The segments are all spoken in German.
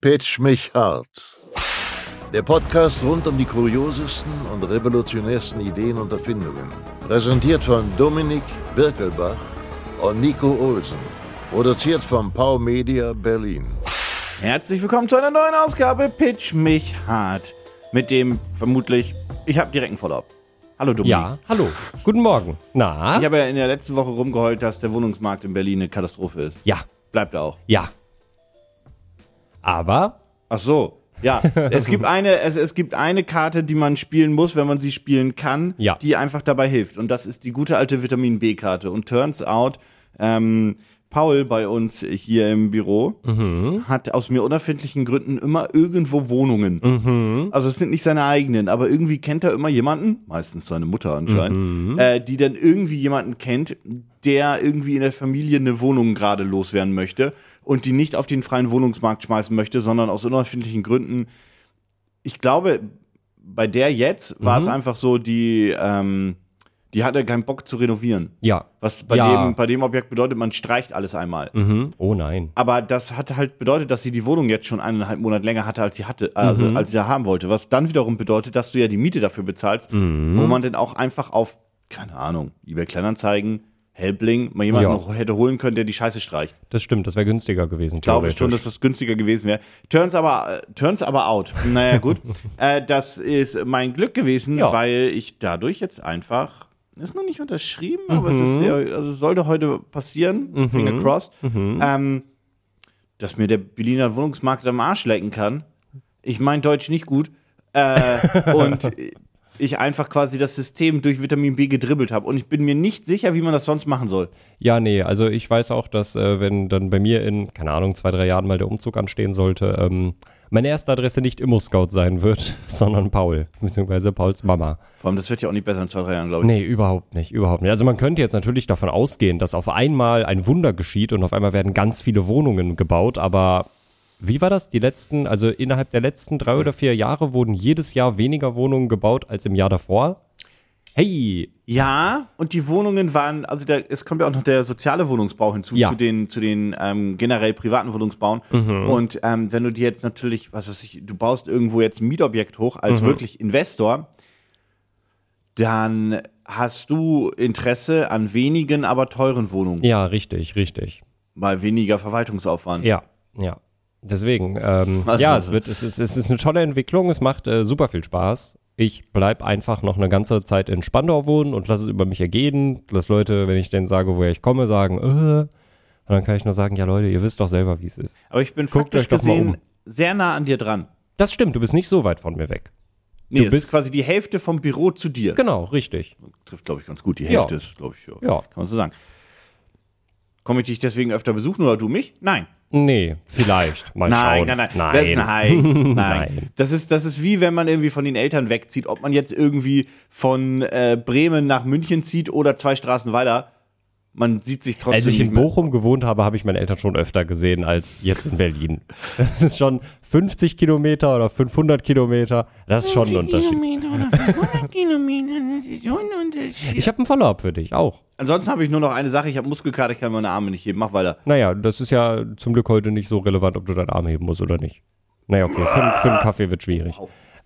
Pitch mich hart. Der Podcast rund um die kuriosesten und revolutionärsten Ideen und Erfindungen. Präsentiert von Dominik Birkelbach und Nico Olsen. Produziert von Pau Media Berlin. Herzlich willkommen zu einer neuen Ausgabe Pitch mich hart. Mit dem vermutlich, ich habe direkten Follow-up. Hallo Dominik. Ja, hallo. Guten Morgen. Na? Ich habe ja in der letzten Woche rumgeheult, dass der Wohnungsmarkt in Berlin eine Katastrophe ist. Ja, Bleibt er auch. ja. Aber Ach so. Ja, es gibt eine, es, es gibt eine Karte, die man spielen muss, wenn man sie spielen kann, Ja. die einfach dabei hilft. Und das ist die gute alte Vitamin B-Karte. Und turns out, ähm, Paul bei uns hier im Büro Mhm. hat aus mir unerfindlichen Gründen immer irgendwo Wohnungen. Also es sind nicht seine eigenen, aber irgendwie kennt er immer jemanden, meistens seine Mutter anscheinend, äh, die dann irgendwie jemanden kennt, der irgendwie in der Familie eine Wohnung gerade loswerden möchte und die nicht auf den freien Wohnungsmarkt schmeißen möchte, sondern aus unerfindlichen Gründen. Ich glaube, bei der jetzt war es einfach so, die, ähm, die hatte keinen Bock zu renovieren. ja. Was bei, Ja. dem, bei dem Objekt bedeutet, man streicht alles einmal. Mhm. Oh nein. Aber das hat halt bedeutet, dass sie die Wohnung jetzt schon eineinhalb Monat länger hatte, als sie hatte, also als sie haben wollte. Was dann wiederum bedeutet, dass du ja die Miete dafür bezahlst, wo man denn auch einfach auf, keine Ahnung, eBay Kleinanzeigen, Helbling, mal jemanden Ja. noch hätte holen können, der die Scheiße streicht. Das stimmt, das wäre günstiger gewesen. Glaube ich schon, dass theoretisch. das günstiger gewesen wäre. Turns aber, äh, turns aber out. Naja, gut. äh, das ist mein Glück gewesen, Ja. weil ich dadurch jetzt einfach. Ist noch nicht unterschrieben, aber es ist sehr, also sollte heute passieren, finger crossed, ähm, dass mir der Berliner Wohnungsmarkt am Arsch lecken kann. Ich mein Deutsch nicht gut. Äh, und ich einfach quasi das System durch Vitamin B gedribbelt habe. Und ich bin mir nicht sicher, wie man das sonst machen soll. Ja, nee, also ich weiß auch, dass äh, wenn dann bei mir in, keine Ahnung, zwei, drei Jahren mal der Umzug anstehen sollte, ähm, meine erste Adresse nicht Immo-Scout sein wird, sondern Paul, beziehungsweise Pauls Mama. Vor allem, das wird ja auch nicht besser in zwei, drei Jahren, glaube ich. Nee, überhaupt nicht, überhaupt nicht. Also man könnte jetzt natürlich davon ausgehen, dass auf einmal ein Wunder geschieht und auf einmal werden ganz viele Wohnungen gebaut, aber wie war das? Die letzten, also innerhalb der letzten drei oder vier Jahre wurden jedes Jahr weniger Wohnungen gebaut als im Jahr davor. Hey, Ja, und die Wohnungen waren, also der, es kommt ja auch noch der soziale Wohnungsbau hinzu, Ja. Mhm. zu den, zu den ähm, generell privaten Wohnungsbauen. Und ähm, wenn du dir jetzt natürlich, was weiß ich, du baust irgendwo jetzt ein Mietobjekt hoch Mhm. als wirklich Investor, dann hast du Interesse an wenigen, aber teuren Wohnungen, ja, richtig, richtig. weil weniger Verwaltungsaufwand. Ja, ja. Deswegen, ähm, Was? ja, es, wird, es, ist, es ist eine tolle Entwicklung, es macht äh, super viel Spaß. Ich bleib einfach noch eine ganze Zeit in Spandau wohnen und lass es über mich ergehen. Lass Leute, wenn ich denen sage, woher ich komme, sagen, äh. Und dann kann ich nur sagen, ja Leute, ihr wisst doch selber, wie es ist. Aber ich bin Guckt faktisch euch doch mal gesehen um. sehr nah an dir dran. Das stimmt, du bist nicht so weit von mir weg. Nee, Du das ist bist- quasi die Hälfte vom Büro zu dir. Genau, richtig. trifft, glaube ich, ganz gut. Die Ja. Hälfte ist, glaube ich, ja, Ja. kann man so sagen. Komme ich dich deswegen öfter besuchen oder du mich? Nein. Nee, vielleicht. Mal Nein, schauen. nein, nein. Nein. Das, nein, nein. Nein. Das, ist, das ist wie wenn man irgendwie von den Eltern wegzieht, ob man jetzt irgendwie von äh, Bremen nach München zieht oder zwei Straßen weiter. Man sieht sich trotzdem. Als Also ich nicht in mehr. Bochum gewohnt habe, habe ich meine Eltern schon öfter gesehen als jetzt in Berlin. Das ist schon 50 Kilometer oder 500 Kilometer. Das ist schon ein Unterschied. Ich habe einen Follow-up für dich, auch. Ansonsten habe ich nur noch eine Sache, ich habe Muskelkater, ich kann meine Arme nicht heben. Mach weiter. Naja, das ist ja zum Glück heute nicht so relevant, ob du deinen Arm heben musst oder nicht. Naja, okay, für, für einen Kaffee wird schwierig.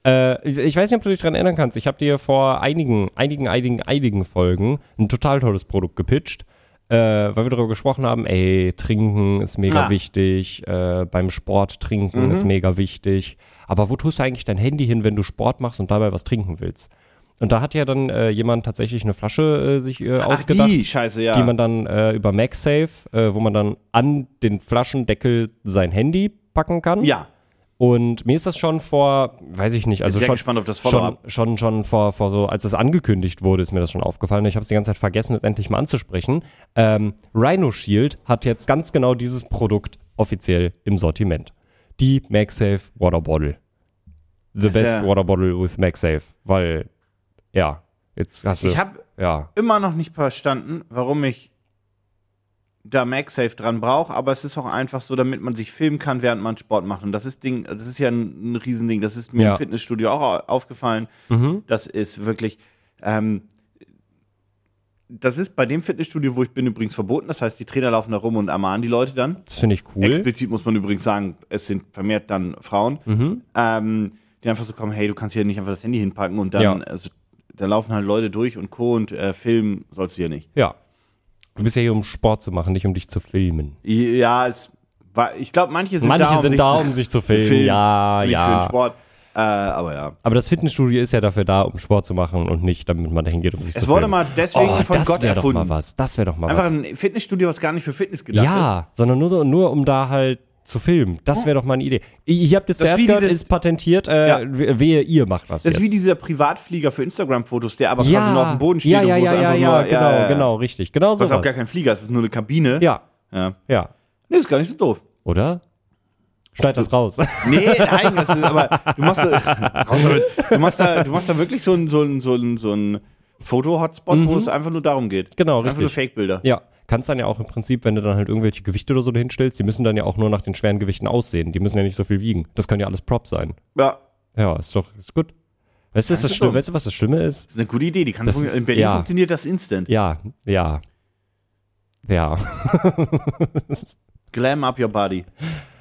Äh, ich, ich weiß nicht, ob du dich daran erinnern kannst. Ich habe dir vor einigen, einigen, einigen, einigen Folgen ein total tolles Produkt gepitcht, äh, weil wir darüber gesprochen haben, ey, trinken ist mega Ah. Mhm. wichtig, äh, beim Sport trinken ist mega wichtig. Aber wo tust du eigentlich dein Handy hin, wenn du Sport machst und dabei was trinken willst? Und da hat ja dann äh, jemand tatsächlich eine Flasche äh, sich äh, ausgedacht Ah, die, scheiße, ja. die man dann äh, über MagSafe, äh, wo man dann an den Flaschendeckel sein Handy packen kann. ja. Und mir ist das schon vor, weiß ich nicht, also sehr schon, gespannt auf das schon, Follow-up. schon, schon vor, vor so, als es angekündigt wurde, ist mir das schon aufgefallen. Ich habe es die ganze Zeit vergessen, es endlich mal anzusprechen. Ähm, Rhino Shield hat jetzt ganz genau dieses Produkt offiziell im Sortiment. Die MagSafe Water Bottle. The Ist ja- best Water Bottle with MagSafe, weil, ja, jetzt hast du, Ich habe ja. immer noch nicht verstanden, warum ich da MagSafe dran brauche, aber es ist auch einfach so, damit man sich filmen kann, während man Sport macht. Und das ist Ding, das ist ja ein, ein Riesending. Das ist mir Ja. im Mhm. Fitnessstudio auch au- aufgefallen. Das ist wirklich, ähm, das ist bei dem Fitnessstudio, wo ich bin, übrigens verboten. Das heißt, die Trainer laufen da rum und ermahnen die Leute dann. Das finde ich cool. Explizit muss man übrigens sagen, es sind vermehrt dann Frauen, Mhm. ähm, die einfach so kommen, hey, du kannst hier nicht einfach das Handy hinpacken und dann, Ja. also, da laufen halt Leute durch und Co. und äh, filmen sollst du hier nicht. ja. Du bist ja hier, um Sport zu machen, nicht um dich zu filmen. Ja, es war, ich glaube, manche sind Manche da, um sind sich da, zu- um sich zu filmen. filmen, ja, nicht für den ja. Sport. Äh, aber ja. Aber das Fitnessstudio ist ja dafür da, um Sport zu machen und nicht, damit man dahin geht, um sich zu Es filmen. wurde mal deswegen oh, von das Gott wär erfunden. Doch mal was. Das wäre doch mal Einfach was. ein Fitnessstudio, was gar nicht für Fitness gedacht ist. Ja, sondern nur, nur um da halt zu filmen. Das wäre doch mal eine Idee. Ich, ich habe das, Das ist zuerst wie gehört, dieses- ist patentiert. Äh, Ja. we- Wehe, ihr macht was Das ist wie jetzt. dieser Privatflieger für Instagram-Fotos, der aber ja. quasi nur auf dem Boden steht ja, ja, und wo ja, es ja, einfach ja, nur, genau, genau, richtig. Genau Was sowas. auch gar kein Flieger, es ist nur eine Kabine. ja, ja. ja. Nee, ist gar nicht so doof. Oder? Schneid das raus. Nee, nein, das ist, aber du machst, so- raus damit. du machst da, du machst da wirklich so ein, so ein, so ein, so ein Foto-Hotspot, wo es einfach nur darum geht. Mhm. Genau, Einfach richtig. nur Fake-Bilder. ja. Kannst dann ja auch im Prinzip, wenn du dann halt irgendwelche Gewichte oder so hinstellst, die müssen dann ja auch nur nach den schweren Gewichten aussehen. Die müssen ja nicht so viel wiegen. Das können ja alles Props sein. ja. Ja, ist doch, ist gut. Weißt du, ist das ist Schlimme, dumm. weißt du, was das Schlimme ist? Das ist eine gute Idee. Die kann Das fun- ist- in Berlin ja. funktioniert das instant. Ja, ja. Ja. Glam up your body.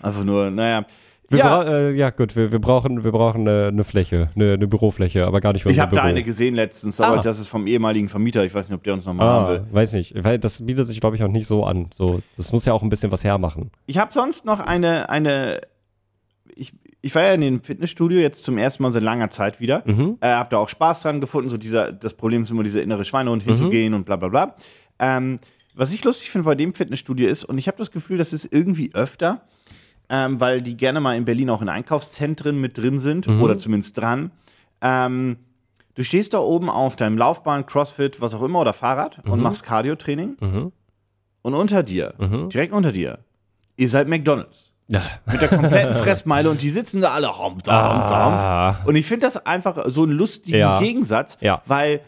Einfach nur, naja. Wir ja, brau- äh, ja gut, wir, wir brauchen, wir brauchen eine, eine Fläche, eine, eine Büroffläche, aber gar nicht für ich unser habe da Büro. eine gesehen letztens, aber Also Ah. das ist vom ehemaligen Vermieter. Ich weiß nicht, ob der uns nochmal haben ah, will. weiß nicht, weil das bietet sich, glaube ich, auch nicht so an. So, das muss ja auch ein bisschen was hermachen. Ich habe sonst noch eine, eine ich, ich war ja in dem Fitnessstudio jetzt zum ersten Mal seit langer Zeit wieder. Äh, hab da auch Spaß dran gefunden. So dieser, das Problem ist immer dieser innere Schweinehund hinzugehen und bla bla bla. Ähm, was ich lustig finde bei dem Fitnessstudio ist, und ich habe das Gefühl, das ist irgendwie öfter, ähm, weil die gerne mal in Berlin auch in Einkaufszentren mit drin sind oder zumindest dran. Ähm, du stehst da oben auf deinem Laufbahn, Crossfit, was auch immer oder Fahrrad und machst Cardio-Training. Und unter dir, direkt unter dir, ist halt McDonalds mit der kompletten Fressmeile und die sitzen da alle humpf, da, humpf, da, humpf. Und ich finde das einfach so einen lustigen Ja. Gegensatz, Ja. weil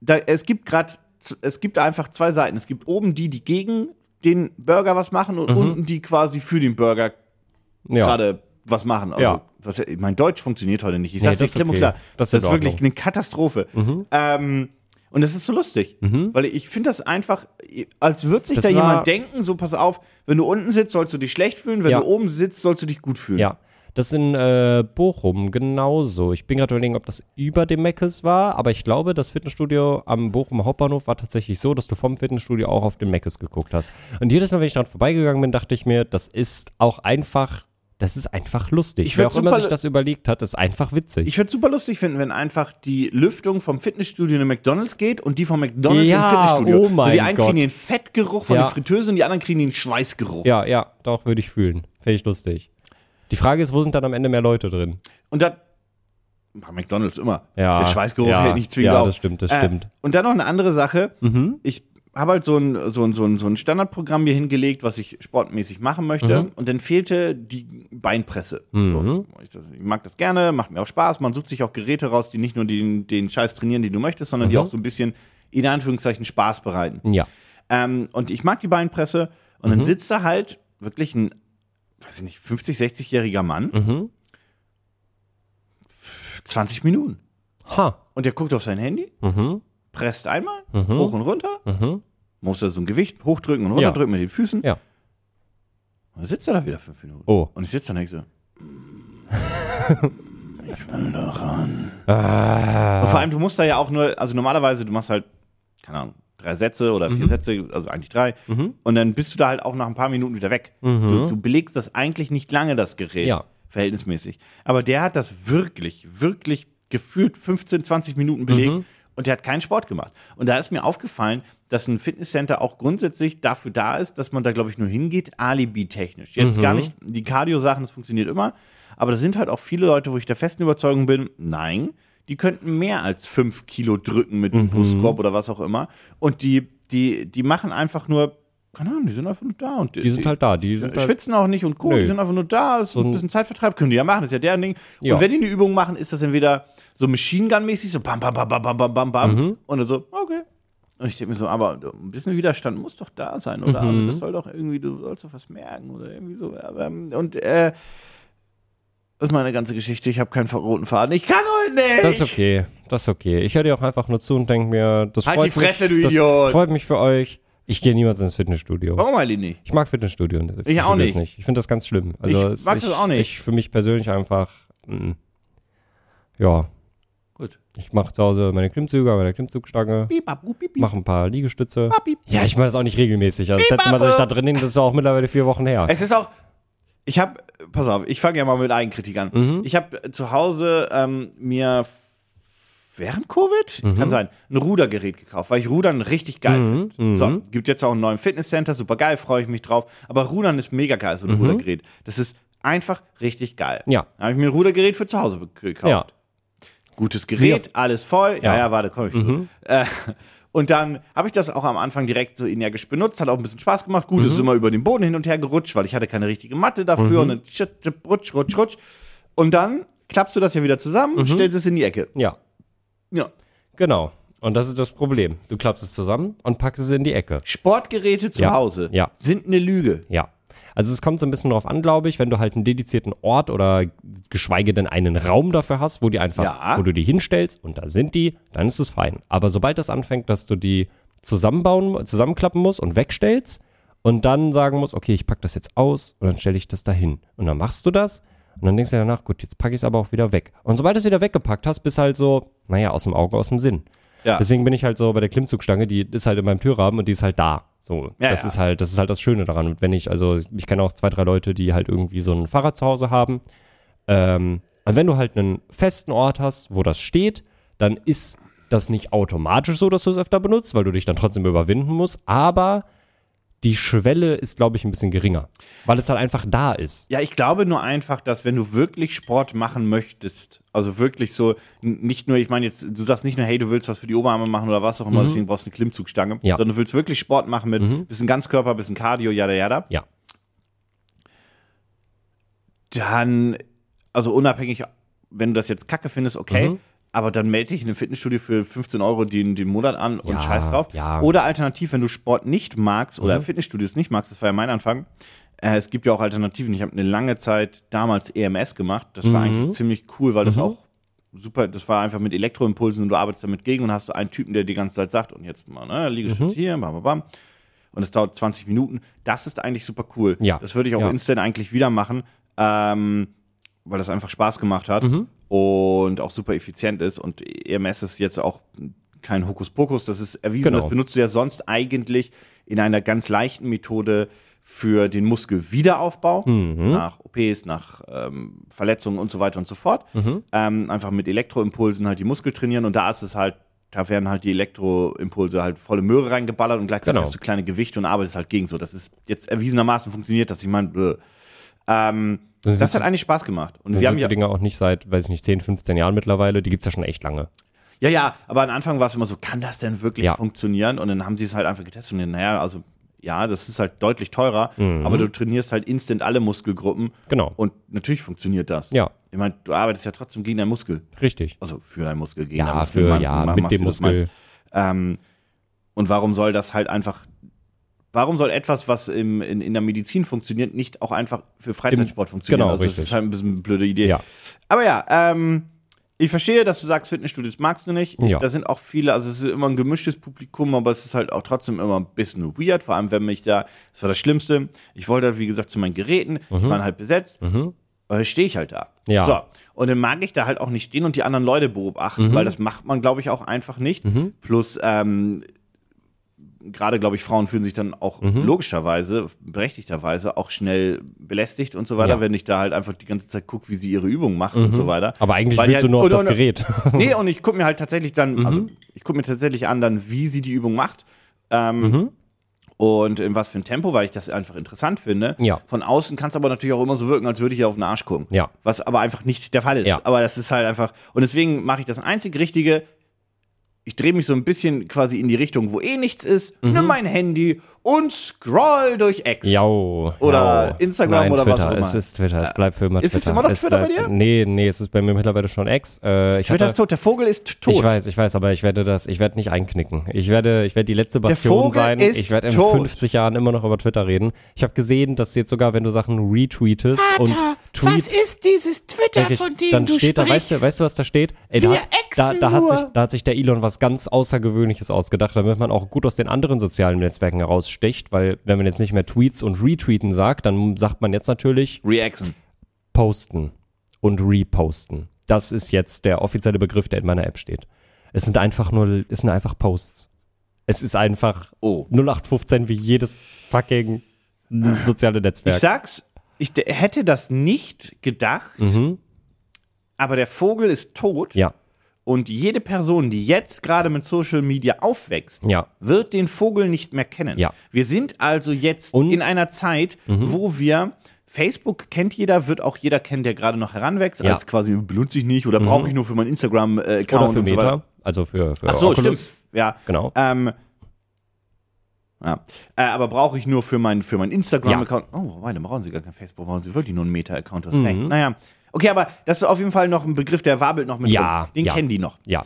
da, es gibt gerade, es gibt einfach zwei Seiten. Es gibt oben die, die gegen den Burger was machen und unten die quasi für den Burger Mhm. Ja. gerade was machen. Also, Ja. was, mein Deutsch funktioniert heute nicht. Ich Nee, sag's das dir ist klipp und okay. klar. Das Das, ist ist in wirklich Ordnung. Mhm. eine Katastrophe. Ähm, und das ist so lustig, weil ich finde das einfach, als würde sich Das da war- jemand denken, so pass auf, wenn du unten sitzt, sollst du dich schlecht fühlen, wenn Ja. du oben sitzt, sollst du dich gut fühlen. Ja. Das in äh, Bochum genauso. Ich bin gerade überlegen, ob das über dem Meckes war, aber ich glaube, das Fitnessstudio am Bochum Hauptbahnhof war tatsächlich so, dass du vom Fitnessstudio auch auf den Meckes geguckt hast. Und jedes Mal, wenn ich dran vorbeigegangen bin, dachte ich mir, das ist auch einfach, das ist einfach lustig. Ich Wer auch find's immer super- sich das überlegt hat, ist einfach witzig. Ich würde super lustig finden, wenn einfach die Lüftung vom Fitnessstudio in den McDonalds geht und die vom McDonalds Ja, in Fitnessstudio. oh so mein die einen Gott. kriegen den Fettgeruch von Ja. der Fritteuse und die anderen kriegen den Schweißgeruch. Ja, ja, doch, würde ich fühlen. Fände ich lustig. Die Frage ist, wo sind dann am Ende mehr Leute drin? Und dann bei McDonalds immer. Ja, Der Schweißgeruch ja, hält nicht zwingend ja, auf. Äh, das stimmt, das stimmt. Mhm. Und dann noch eine andere Sache. Ich habe halt so ein, so, ein, so, ein, so ein Standardprogramm hier hingelegt, was ich sportmäßig machen möchte. Mhm. Und dann fehlte die Beinpresse. So, ich, das, ich mag das gerne, macht mir auch Spaß. Man sucht sich auch Geräte raus, die nicht nur den, den Scheiß trainieren, den du möchtest, sondern die Mhm. auch so ein bisschen in Anführungszeichen Spaß bereiten. Ja. Ähm, und ich mag die Beinpresse. Und Mhm. dann sitzt da halt wirklich ein, weiß ich nicht, 50, 60-jähriger Mann. Mhm. 20 Minuten. Ha. Und der guckt auf sein Handy, Mhm. presst einmal, hoch und runter. Mhm. Muss da so ein Gewicht hochdrücken und runterdrücken mit den Füßen. Ja. Und dann sitzt er da wieder fünf Minuten. Oh. Und ich sitze da und denk so. Ah. Und vor allem, du musst da ja auch nur, also normalerweise, du machst halt, keine Ahnung, drei Sätze oder Mhm. vier Sätze, also eigentlich drei. Und dann bist du da halt auch nach ein paar Minuten wieder weg. Du, du belegst das eigentlich nicht lange, das Gerät. Mhm. Ja. Verhältnismäßig. Aber der hat das wirklich, wirklich gefühlt 15, 20 Minuten belegt. Mhm. Und der hat keinen Sport gemacht. Und da ist mir aufgefallen, dass ein Fitnesscenter auch grundsätzlich dafür da ist, dass man da, glaube ich, nur hingeht, alibi-technisch. Jetzt Mhm. gar nicht, die Cardio-Sachen, das funktioniert immer. Aber da sind halt auch viele Leute, wo ich der festen Überzeugung bin, nein, die könnten mehr als fünf Kilo drücken mit Mhm. einem Brustkorb oder was auch immer. Und die, die, die machen einfach nur, keine Ahnung, die sind einfach nur da. Und Die sind halt da. Die sind ja, halt, schwitzen auch nicht und Co. Nö. Die sind einfach nur da, ist ein bisschen Zeitvertreib, können die ja machen, ist ja deren Ding. Ja. Und wenn die eine Übung machen, ist das entweder so Machine Gun-mäßig, so bam, bam, bam, bam, bam, bam, bam, bam. Mhm. Und dann so, okay. Und ich denke mir so, aber ein bisschen Widerstand muss doch da sein, oder? Mhm. Also das soll doch irgendwie, du sollst doch was merken oder irgendwie so. Aber, ähm, Und äh, Das ist meine ganze Geschichte. Ich habe keinen roten Faden. Ich kann heute nicht. Das ist okay. Das ist okay. Ich höre dir auch einfach nur zu und denke mir, das Halt freut die Fresse, mich, du das Idiot. freut mich für euch. Ich gehe niemals ins Fitnessstudio. Warum, Alini? Ich mag Fitnessstudio nicht. Ich auch will das nicht. Ich finde das ganz schlimm. Also Ich es- mag das auch nicht. Ich für mich persönlich einfach. mm. Ja, Gut. ich mache zu Hause meine Klimmzüge, meine Klimmzugstange, mache ein paar Liegestütze. Ja, ich mache das auch nicht regelmäßig. Also das letzte Mal, dass ich da drin hing, das ist auch mittlerweile vier Wochen her. Es ist auch. Ich habe, pass auf, ich fange ja mal mit Eigenkritik an. Mhm. Ich habe zu Hause ähm, mir f- während Covid, Mhm. kann sein, ein Rudergerät gekauft, weil ich Rudern richtig geil finde. So, Mhm. gibt jetzt auch einen neuen Fitnesscenter, super geil, freue ich mich drauf. Aber Rudern ist mega geil, so ein Rudergerät. Das ist einfach richtig geil. Mhm. Ja. Habe ich mir ein Rudergerät für zu Hause be- gekauft. Ja. Gutes Gerät, alles voll. Ja, Ja. Mhm. ja, warte, komm ich zu. Äh, und dann habe ich das auch am Anfang direkt so energisch benutzt, hat auch ein bisschen Spaß gemacht. Gut, Mhm. es ist immer über den Boden hin und her gerutscht, weil ich hatte keine richtige Matte dafür und dann tschip, tschip, rutsch, rutsch, rutsch. Und dann klappst du das ja wieder zusammen Mhm. und stellst es in die Ecke. Ja, Ja. genau. Und das ist das Problem. Du klappst es zusammen und packst es in die Ecke. Sportgeräte zu Ja. Hause Ja. sind eine Lüge. Ja. Also es kommt so ein bisschen drauf an, glaube ich, wenn du halt einen dedizierten Ort oder geschweige denn einen Raum dafür hast, wo die einfach, Ja. wo du die hinstellst und da sind die, dann ist es fein. Aber sobald das anfängt, dass du die zusammenbauen, zusammenklappen musst und wegstellst und dann sagen musst, okay, ich pack das jetzt aus und dann stelle ich das dahin und dann machst du das und dann denkst du dir danach, gut, jetzt packe ich es aber auch wieder weg. Und sobald du es wieder weggepackt hast, bist halt so, naja, aus dem Auge, aus dem Sinn. Ja. Deswegen bin ich halt so bei der Klimmzugstange, die ist halt in meinem Türrahmen und die ist halt da. So, Ja, das ja. ist halt, das ist halt das Schöne daran. Und wenn ich, also ich kenne auch zwei, drei Leute, die halt irgendwie so ein Fahrrad zu Hause haben. Ähm, und wenn du halt einen festen Ort hast, wo das steht, dann ist das nicht automatisch so, dass du es öfter benutzt, weil du dich dann trotzdem überwinden musst. Aber die Schwelle ist, glaube ich, ein bisschen geringer, weil es halt einfach da ist. Ja, ich glaube nur einfach, dass wenn du wirklich Sport machen möchtest, also wirklich so, n- nicht nur, ich meine jetzt, du sagst nicht nur, hey, du willst was für die Oberarme machen oder was auch immer, deswegen brauchst du eine Klimmzugstange, Ja. sondern du willst wirklich Sport machen mit bisschen Ganzkörper, bisschen Cardio, yada yada, Ja. dann, also unabhängig, wenn du das jetzt kacke findest, okay, Mhm. aber dann melde dich in einem Fitnessstudio für 15 Euro den, den Monat an und Ja, scheiß drauf. ja. Mhm. Oder alternativ, wenn du Sport nicht magst oder Fitnessstudios nicht magst, das war ja mein Anfang, äh, es gibt ja auch Alternativen. Ich habe eine lange Zeit damals EMS gemacht. Das Mhm. war eigentlich ziemlich cool, weil das auch super, das war einfach mit Elektroimpulsen und du arbeitest damit gegen und hast du einen Typen, der die ganze Zeit sagt und jetzt mal, ne, Mhm. Liegestütz hier, bam, bam, bam. Und es dauert 20 Minuten. Das ist eigentlich super cool. Ja. Das würde ich auch Ja. instant eigentlich wieder machen. Ähm, weil das einfach Spaß gemacht hat Mhm. und auch super effizient ist. Und EMS ist jetzt auch kein Hokuspokus, das ist erwiesen, Genau. das benutzt du ja sonst eigentlich in einer ganz leichten Methode für den Muskelwiederaufbau Mhm. nach OPs, nach ähm, Verletzungen und so weiter und so fort. Mhm. Ähm, einfach mit Elektroimpulsen halt die Muskel trainieren und da ist es halt, da werden halt die Elektroimpulse halt volle Möhre reingeballert und gleichzeitig Genau. hast du kleine Gewichte und arbeitest halt gegen so. Das ist jetzt erwiesenermaßen funktioniert das. Ich meine, bläh. ähm, das Sonst willst hat eigentlich Spaß gemacht. Und Sonst wir haben sind die ja, Dinger auch nicht seit, weiß ich nicht, 10, 15 Jahren mittlerweile. Die gibt's ja schon echt lange. ja, ja, aber am Anfang war es immer so, kann das denn wirklich Ja. funktionieren? Und dann haben sie es halt einfach getestet und dann, naja, also ja, das ist halt deutlich teurer, Mhm. aber du trainierst halt instant alle Muskelgruppen. Genau. Und natürlich funktioniert das. Ja. Ich meine, du arbeitest ja trotzdem gegen deinen Muskel. Richtig. Also für deinen Muskel, gegen deinen Ja, Muskel. für, mach- ja, mach- mit mach, dem wie du's Muskel. Ähm, und warum soll das halt einfach, warum soll etwas, was im, in, in der Medizin funktioniert, nicht auch einfach für Freizeitsport funktionieren? genau, also das ist richtig. halt ein bisschen eine blöde Idee. Ja. Aber ja, ähm, ich verstehe, dass du sagst, Fitnessstudios magst du nicht. Ich, Ja. Da sind auch viele, also es ist immer ein gemischtes Publikum, aber es ist halt auch trotzdem immer ein bisschen weird, vor allem wenn mich da, das war das Schlimmste, ich wollte halt, wie gesagt, zu meinen Geräten, Mhm. die waren halt besetzt. Und dann stehe ich halt da. Ja. So. Und dann mag ich da halt auch nicht stehen und die anderen Leute Mhm. beobachten, weil das macht man, glaube ich, auch einfach nicht. Plus, ähm, gerade, glaube ich, Frauen fühlen sich dann auch Mhm. logischerweise, berechtigterweise auch schnell belästigt und so weiter, Ja. Mhm. wenn ich da halt einfach die ganze Zeit gucke, wie sie ihre Übungen macht und so weiter. Aber eigentlich Weil die willst du halt- nur auf und- das und- Gerät. Nee, und ich gucke mir halt tatsächlich dann, Mhm. also ich gucke mir tatsächlich an, dann, wie sie die Übung macht. Ähm, Mhm. Und in was für ein Tempo, weil ich das einfach interessant finde. Ja. Von außen kann es aber natürlich auch immer so wirken, als würde ich ihr auf den Arsch gucken. Ja. Was aber einfach nicht der Fall ist. Ja. Aber das ist halt einfach. Und deswegen mache ich das einzig Richtige. ich drehe mich so ein bisschen quasi in die Richtung, wo eh nichts ist, Mhm. nimm mein Handy und scroll durch X. Jau. Oder jau. Instagram Nein, oder was Twitter. auch immer. Es ist Twitter, es bleibt für immer Ist Twitter. es immer noch Twitter bei bleibt- dir? Nee, nee, es ist bei mir mittlerweile schon Ex. Äh, ich Twitter hatte- ist tot, der Vogel ist tot. Ich weiß, ich weiß, aber ich werde das, ich werde nicht einknicken. Ich werde, ich werde die letzte Bastion Vogel sein. ist Ich werde in tot. 50 Jahren immer noch über Twitter reden. Ich habe gesehen, dass jetzt sogar, wenn du Sachen retweetest und Tweets, dieses Twitter, wirklich, dann steht da, weißt du, weißt du, was da steht? Ey, da, Wir hat, da, ächzen da, hat nur. sich, da hat sich der Elon was ganz Außergewöhnliches ausgedacht, damit man auch gut aus den anderen sozialen Netzwerken heraussticht, weil wenn man jetzt nicht mehr Tweets und Retweeten sagt, dann sagt man jetzt natürlich Reaction. posten und reposten. Das ist jetzt der offizielle Begriff, der in meiner App steht. Es sind einfach nur, es sind einfach Posts. Es ist einfach Oh. 0815 wie jedes fucking soziale Ich Netzwerk. sag's, ich d- hätte das nicht gedacht, Mhm. aber der Vogel ist tot ja, und jede Person, die jetzt gerade mit Social Media aufwächst, ja. wird den Vogel nicht mehr kennen. Ja. Wir sind also jetzt Und- Mhm. in einer Zeit, wo wir Facebook kennt jeder, wird auch jeder kennen, der gerade noch heranwächst, Ja. Mhm. als quasi benutze ich nicht oder brauche ich nur für meinen Instagram-Account Oder für und so weiter. Meta, also für, für Ach so, Oculus. stimmt. Ja. Genau. Ähm, ja. Äh, aber brauche ich nur für meinen für meinen Instagram-Account. Oh, wobei, dann brauchen sie gar kein Facebook, brauchen sie wirklich nur einen Meta-Account, Mhm. du hast recht. Naja. Okay, aber das ist auf jeden Fall noch ein Begriff, der wabelt noch mit Ja, rum. Den ja. kennen die noch. Ja,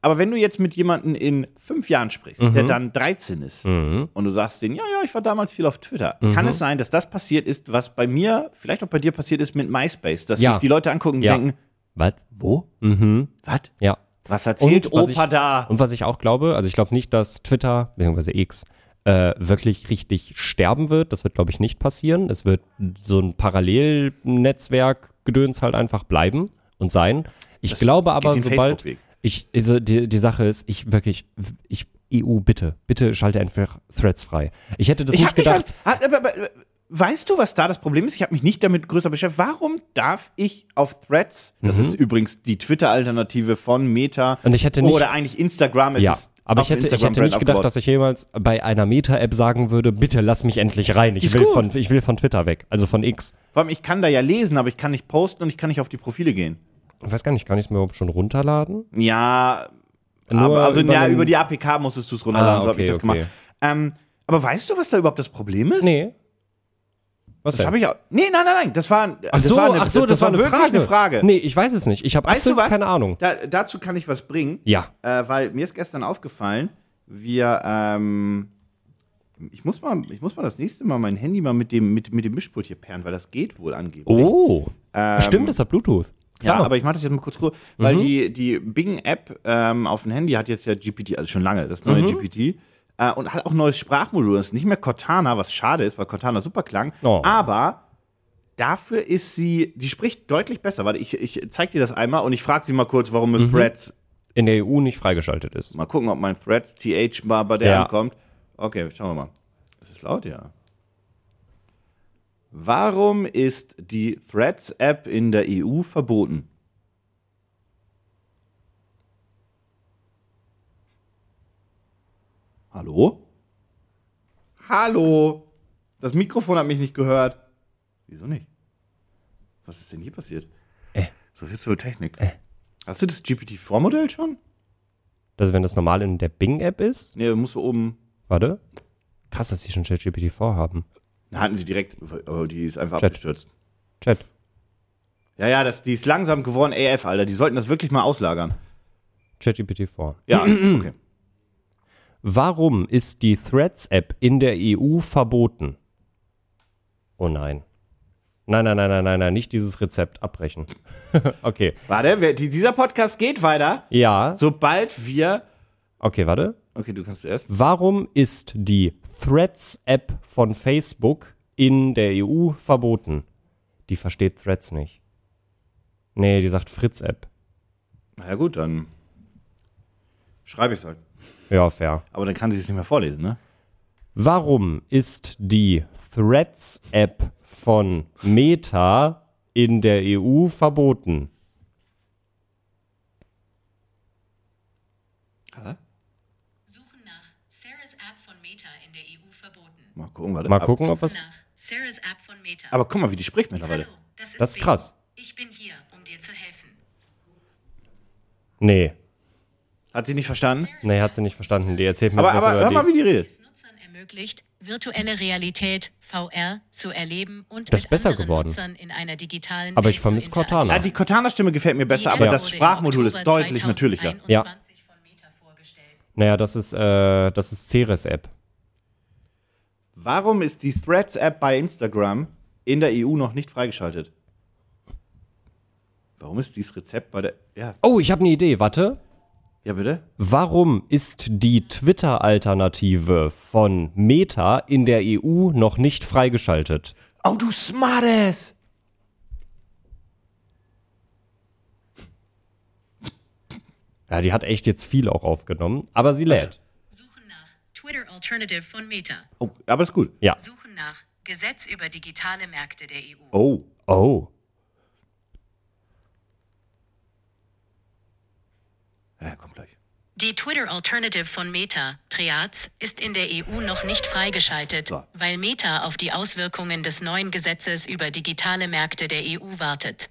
Aber wenn du jetzt mit jemandem in fünf Jahren sprichst, der Mhm. dann 13 ist, und du sagst denen, ja, ja, ich war damals viel auf Twitter, Mhm. kann es sein, dass das passiert ist, was bei mir, vielleicht auch bei dir passiert ist mit MySpace, dass Ja. sich die Leute angucken und ja. denken, Was? wo? Was? Ja. Was erzählt Und was Opa ich- da? Und was ich auch glaube, also ich glaube nicht, dass Twitter bzw. X äh, wirklich richtig sterben wird. Das wird, glaube ich, nicht passieren. Es wird so ein Parallelnetzwerk-Gedöns halt einfach bleiben und sein. Ich glaube aber, den sobald Facebook-Weg. ich, also die, die Sache ist, ich wirklich, ich, EU, bitte, bitte schalte einfach Threads frei. Ich hätte das Ich nicht hab mich gedacht. halt, aber, aber, aber, weißt du, was da das Problem ist? Ich habe mich nicht damit größer beschäftigt. Warum darf ich auf Threads, das ist übrigens die Twitter-Alternative von Meta Mhm. Und ich hätte nicht- oder eigentlich Instagram, es ja, ist aber auf ich hätte, ich Instagram hätte nicht Brand gedacht, aufgebaut. dass ich jemals bei einer Meta-App sagen würde, bitte lass mich endlich rein. Ich Ist will, gut. von, ich will von Twitter weg, also von X. Vor allem, ich kann da ja lesen, aber ich kann nicht posten und ich kann nicht auf die Profile gehen. Ich weiß gar nicht, kann ich es mir überhaupt schon runterladen? Ja, Nur aber, also über, ja, einen- über die APK musstest du es runterladen, Ah, so habe ich okay, das gemacht. okay. Ähm, aber weißt du, was da überhaupt das Problem ist? Nee. Was Das habe ich auch. Nee, nein, nein, nein. Das war, ach das so, war, eine, ach so, das, war, wirklich eine Frage. eine Frage. Nee, ich weiß es nicht. Ich habe Weißt du absolut was? keine Ahnung. Da, dazu kann ich was bringen. Ja. Äh, weil mir ist gestern aufgefallen, wir, ähm, ich muss mal, ich muss mal das nächste Mal mein Handy mal mit dem, mit, mit dem Mischpult hier perren, weil das geht wohl angeblich. Oh. Stimmt, das hat Bluetooth. Ähm, Ja, Klar. aber ich mache das jetzt mal kurz kurz, weil Mhm. die, die Bing-App ähm, auf dem Handy hat jetzt ja GPT, also schon lange, das Mhm. neue GPT, äh, und hat auch ein neues Sprachmodul. Das ist nicht mehr Cortana, was schade ist, weil Cortana super klang. Oh. Aber dafür ist sie, die spricht deutlich besser. Warte, ich, ich zeig dir das einmal und ich frage sie mal kurz, warum Mhm. mit Threads in der EU nicht freigeschaltet ist. Mal gucken, ob mein Thread TH mal bei der Ja. ankommt. Okay, schauen wir mal. Das ist laut, ja. Warum ist die Threads-App in der EU verboten? Hallo? Hallo? Das Mikrofon hat mich nicht gehört. Wieso nicht? Was ist denn hier passiert? So viel zur Technik. Hast du das GPT-4-Modell schon? Also wenn das normal in der Bing-App ist. Nee, musst du oben. Warte. Krass, dass die schon ChatGPT vorhaben. Na, hatten sie direkt, aber die ist einfach Chat. abgestürzt. Chat. Ja, ja, das, die ist langsam geworden, AF, Alter. Die sollten das wirklich mal auslagern. ChatGPT vor. Ja, okay. Warum ist die Threads-App in der EU verboten? Oh nein. Nein, nein, nein, nein, nein, nein, nicht dieses Rezept abbrechen. okay. Warte, wer, die, dieser Podcast geht weiter, Ja. sobald wir. Okay, warte. Okay, du kannst zuerst. Warum ist die Threads-App von Facebook in der EU verboten? Die versteht Threads nicht. Nee, die sagt Fritz-App. Na ja, gut, dann schreibe ich es halt. Ja, fair. Aber dann kann sie es nicht mehr vorlesen, ne? Warum ist die Threads-App von Meta in der EU verboten? Suchen nach Sarah's App von Meta in der EU verboten. Mal gucken, warte. Mal Ab- gucken, ob was. Nach Sarah's App von Meta. Aber guck mal, wie die spricht mittlerweile. Hallo, das ist, Das ist Bing. krass. Ich bin hier, um dir zu helfen. Nee. Hat Hat sie nicht verstanden? Nee, hat sie nicht verstanden. Die erzählt mir Aber, was aber über hör mal, die. wie die redet. es Nutzern ermöglicht, virtuelle Realität VR zu erleben und Das ist mit besser anderen geworden. Nutzern in einer digitalen Aber Welt ich vermisse zu interagieren. Cortana. Ah, die Cortana-Stimme gefällt mir besser, aber Die das wurde im Sprachmodul ist Oktober deutlich natürlicher. 2021 von Meta vorgestellt. Naja, das ist, äh, das ist Ceres-App. Warum ist die Threads-App bei Instagram in der EU noch nicht freigeschaltet? Warum ist dieses Rezept bei der. Ja, Oh, ich habe eine Idee, warte. ja bitte? Warum ist die Twitter-Alternative von Meta in der EU noch nicht freigeschaltet? Oh, du Smartass! Ja, die hat echt jetzt viel auch aufgenommen, aber sie lädt. Suchen nach Twitter Alternative von Meta. Oh, aber ist gut. Ja. Suchen nach Gesetz über digitale Märkte der E EU. Oh. Oh. Ja, komm gleich. Die Twitter Alternative von Meta, Triads, ist in der EU noch nicht freigeschaltet, So. weil Meta auf die Auswirkungen des neuen Gesetzes über digitale Märkte der EU wartet.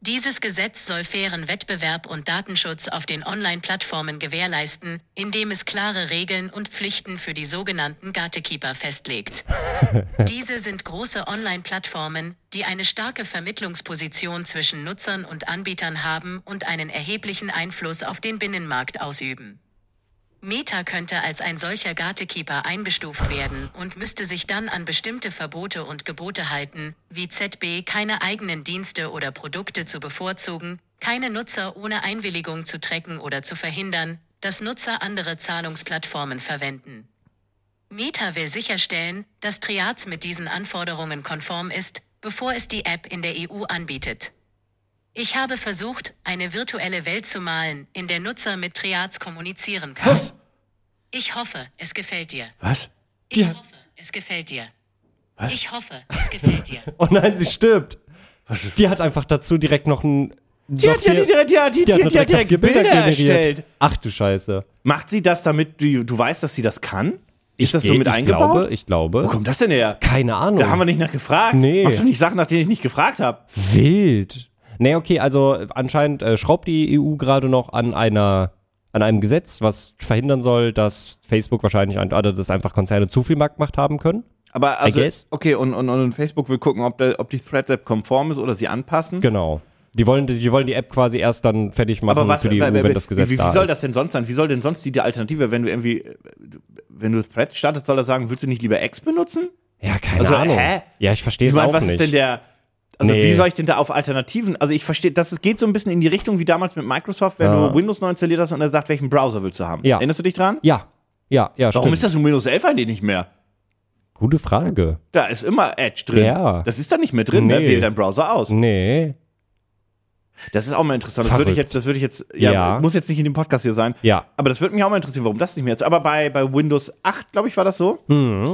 Dieses Gesetz soll fairen Wettbewerb und Datenschutz auf den Online-Plattformen gewährleisten, indem es klare Regeln und Pflichten für die sogenannten Gatekeeper festlegt. Diese sind große Online-Plattformen, die eine starke Vermittlungsposition zwischen Nutzern und Anbietern haben und einen erheblichen Einfluss auf den Binnenmarkt ausüben. Meta könnte als ein solcher Gatekeeper eingestuft werden und müsste sich dann an bestimmte Verbote und Gebote halten, wie ZB keine eigenen Dienste oder Produkte zu bevorzugen, keine Nutzer ohne Einwilligung zu tracken oder zu verhindern, dass Nutzer andere Zahlungsplattformen verwenden. Meta will sicherstellen, dass Triads mit diesen Anforderungen konform ist, bevor es die App in der EU anbietet. Ich habe versucht, eine virtuelle Welt zu malen, in der Nutzer mit Triads kommunizieren können. Was? Ich hoffe, es gefällt dir. Was? Ich hoffe, es gefällt dir. Was? Ich hoffe, es gefällt dir. Oh nein, sie stirbt. Die hat einfach dazu direkt noch ein. Die hat ja die, die, die, die, die, die, die, hat direkt Bilder, erstellt. Ach du Scheiße. Macht sie das, damit du, du weißt, dass sie das kann? Ist das so Ich- mit ich eingebaut? Glaube, ich glaube. Wo kommt das denn her? Keine Ahnung. Da haben wir nicht nachgefragt. Nee. Mach doch nicht Sachen, nach denen ich nicht gefragt habe. Wild. Nee, okay, also anscheinend äh, schraubt die EU gerade noch an einer an einem Gesetz, was verhindern soll, dass Facebook wahrscheinlich ein, oder dass einfach Konzerne zu viel Marktmacht haben können. Aber also, guess. okay, und, und, und Facebook will gucken, ob, der, ob die Threads-App konform ist oder sie anpassen. Genau. Die wollen die, die wollen die App quasi erst dann fertig machen Aber was, für die EU, weil- weil- wenn das Gesetz wie, wie, da wie soll ist. das denn sonst sein? Wie soll denn sonst die, die Alternative, wenn du irgendwie, äh, wenn du Threads startest, soll er sagen, willst du nicht lieber X benutzen? Ja, keine Also, Ahnung. hä? Ja, ich verstehe Ich es meine, auch was nicht. ist denn der, also Nee. wie soll ich denn da auf Alternativen, also ich verstehe, das ist- geht so ein bisschen in die Richtung wie damals mit Microsoft, wenn du Windows neu installiert hast und er sagt, welchen Browser willst du haben. Ja. Erinnerst du dich dran? ja. Ja, ja, Warum stimmt. ist das in Windows 11 eigentlich nicht mehr? Gute Frage. Da ist immer Edge drin. Ja. Das ist da nicht mehr drin, ne? Nee. Wähl deinen Browser aus. Nee. Das ist auch mal interessant. Das würde ich jetzt, Verrückt. das würde ich jetzt, ja, Ja. muss jetzt nicht in dem Podcast hier sein. Ja. Aber das würde mich auch mal interessieren, warum das nicht mehr ist. Aber bei, bei Windows 8, glaube ich, war das so,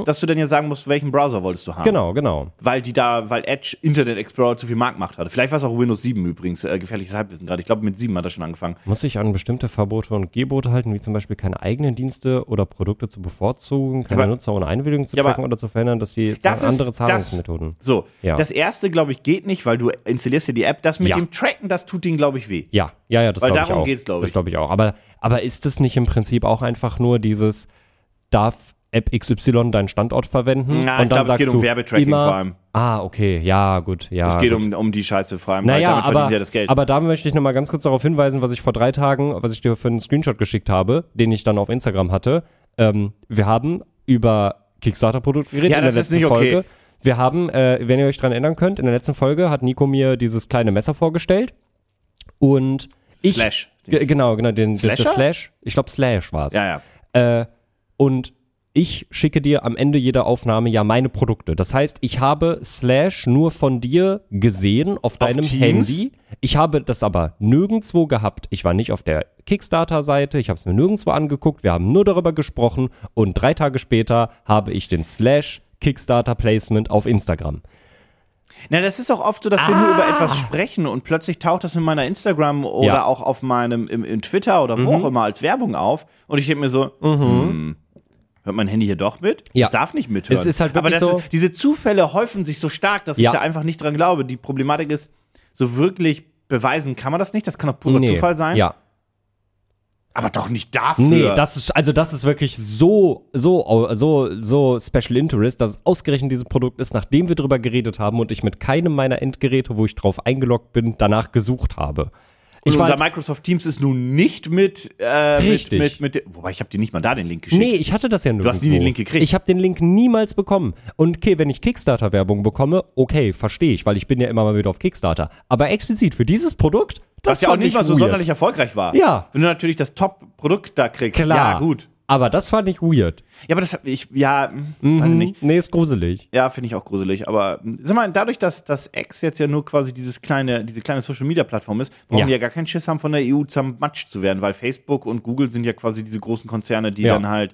dass du dann ja sagen musst, welchen Browser wolltest du haben. Mhm. Genau, genau. Weil die da, weil Edge Internet Explorer zu viel Marktmacht hatte. Vielleicht war es auch Windows 7 übrigens, äh, gefährliches Halbwissen gerade. Ich glaube, mit 7 hat er schon angefangen. Muss sich an bestimmte Verbote und Gebote halten, wie zum Beispiel keine eigenen Dienste oder Produkte zu bevorzugen, keine aber- Nutzer ohne Einwilligung zu Ja, aber- tracken oder zu verhindern, dass sie Das ist- andere das- Zahlungsmethoden. So, Ja. das erste, glaube ich, geht nicht, weil du installierst dir die App. Das mit Ja. dem Tracken, das tut denen, glaube ich, weh. Ja, ja, ja, das Weil glaube ich darum auch. geht's, glaub Das ich. glaube ich auch. Aber, aber ist es nicht im Prinzip auch einfach nur dieses, darf App XY deinen Standort ververwenden? Na, ich glaube, es geht um Werbetracking immer, vor allem. Ah, okay, ja, gut, ja. Es geht gut. um, um die Scheiße vor allem. weil Naja, damit verdienen aber, sie ja das Geld. aber da möchte ich nochmal ganz kurz darauf hinweisen, was ich vor drei Tagen, was ich dir für einen Screenshot geschickt habe, den ich dann auf Instagram hatte. Ähm, wir haben über Kickstarter-Produkt geredet Ja, in der das ist letzten nicht okay. Folge. Wir haben, äh, wenn ihr euch dran erinnern könnt, in der letzten Folge hat Nico mir dieses kleine Messer vorgestellt und ich, Slash. Ge- Genau, genau, den, den, Slasher? das Slash. Ich glaube, Slash war's. ja, ja. Und ich schicke dir am Ende jeder Aufnahme ja meine Produkte. Das heißt, ich habe Slash nur von dir gesehen auf deinem Teams? Handy. Ich habe das aber nirgendwo gehabt. Ich war nicht auf der Kickstarter-Seite. Ich habe es mir nirgendwo angeguckt. Wir haben nur darüber gesprochen. Und drei Tage später habe ich den Slash Kickstarter-Placement auf Instagram. Na, das ist auch oft so, dass wir nur über etwas sprechen und plötzlich taucht das in meiner Instagram oder Ah. Ja. Mhm. auch auf meinem im, in Twitter oder wo auch immer als Werbung auf und ich denke mir so, hm, hört mein Handy hier doch mit? Ja. Das darf nicht mithören. Es ist halt Aber wirklich das, so- diese Zufälle häufen sich so stark, dass Ja. ich da einfach nicht dran glaube. Die Problematik ist, so wirklich beweisen kann man das nicht. Das kann auch purer Nee. Zufall sein. Ja. Aber doch nicht dafür. Nee, das ist, also das ist wirklich so, so, so, so Special Interest, dass es ausgerechnet dieses Produkt ist, nachdem wir drüber geredet haben und ich mit keinem meiner Endgeräte, wo ich drauf eingeloggt bin, danach gesucht habe. Und Ich war, halt- unser Microsoft Teams ist nun nicht mit, äh, mit, Richtig. mit, mit, wobei ich habe dir nicht mal da den Link geschickt. nee, ich hatte das ja nirgendwo. hast nie den Link gekriegt. Ich habe den Link niemals bekommen. Und okay, wenn ich Kickstarter-Werbung bekomme, okay, verstehe ich, weil ich bin ja immer mal wieder auf Kickstarter. Aber explizit für dieses Produkt, das was ja auch fand nicht ich mal so weird. sonderlich erfolgreich war. Ja. Wenn du natürlich das Top-Produkt da kriegst. Klar. Ja, gut. Aber das fand ich weird. Ja, aber das, ich, ja, mhm. weiß ich nicht. Nee, ist gruselig. Ja, finde ich auch gruselig. Aber mh, sag mal, dadurch, dass das X jetzt ja nur quasi dieses kleine, diese kleine Social Media Plattform ist, brauchen Ja. die ja gar keinen Schiss haben, von der EU zermatscht zu werden, weil Facebook und Google sind ja quasi diese großen Konzerne, die Ja. Mhm. dann halt,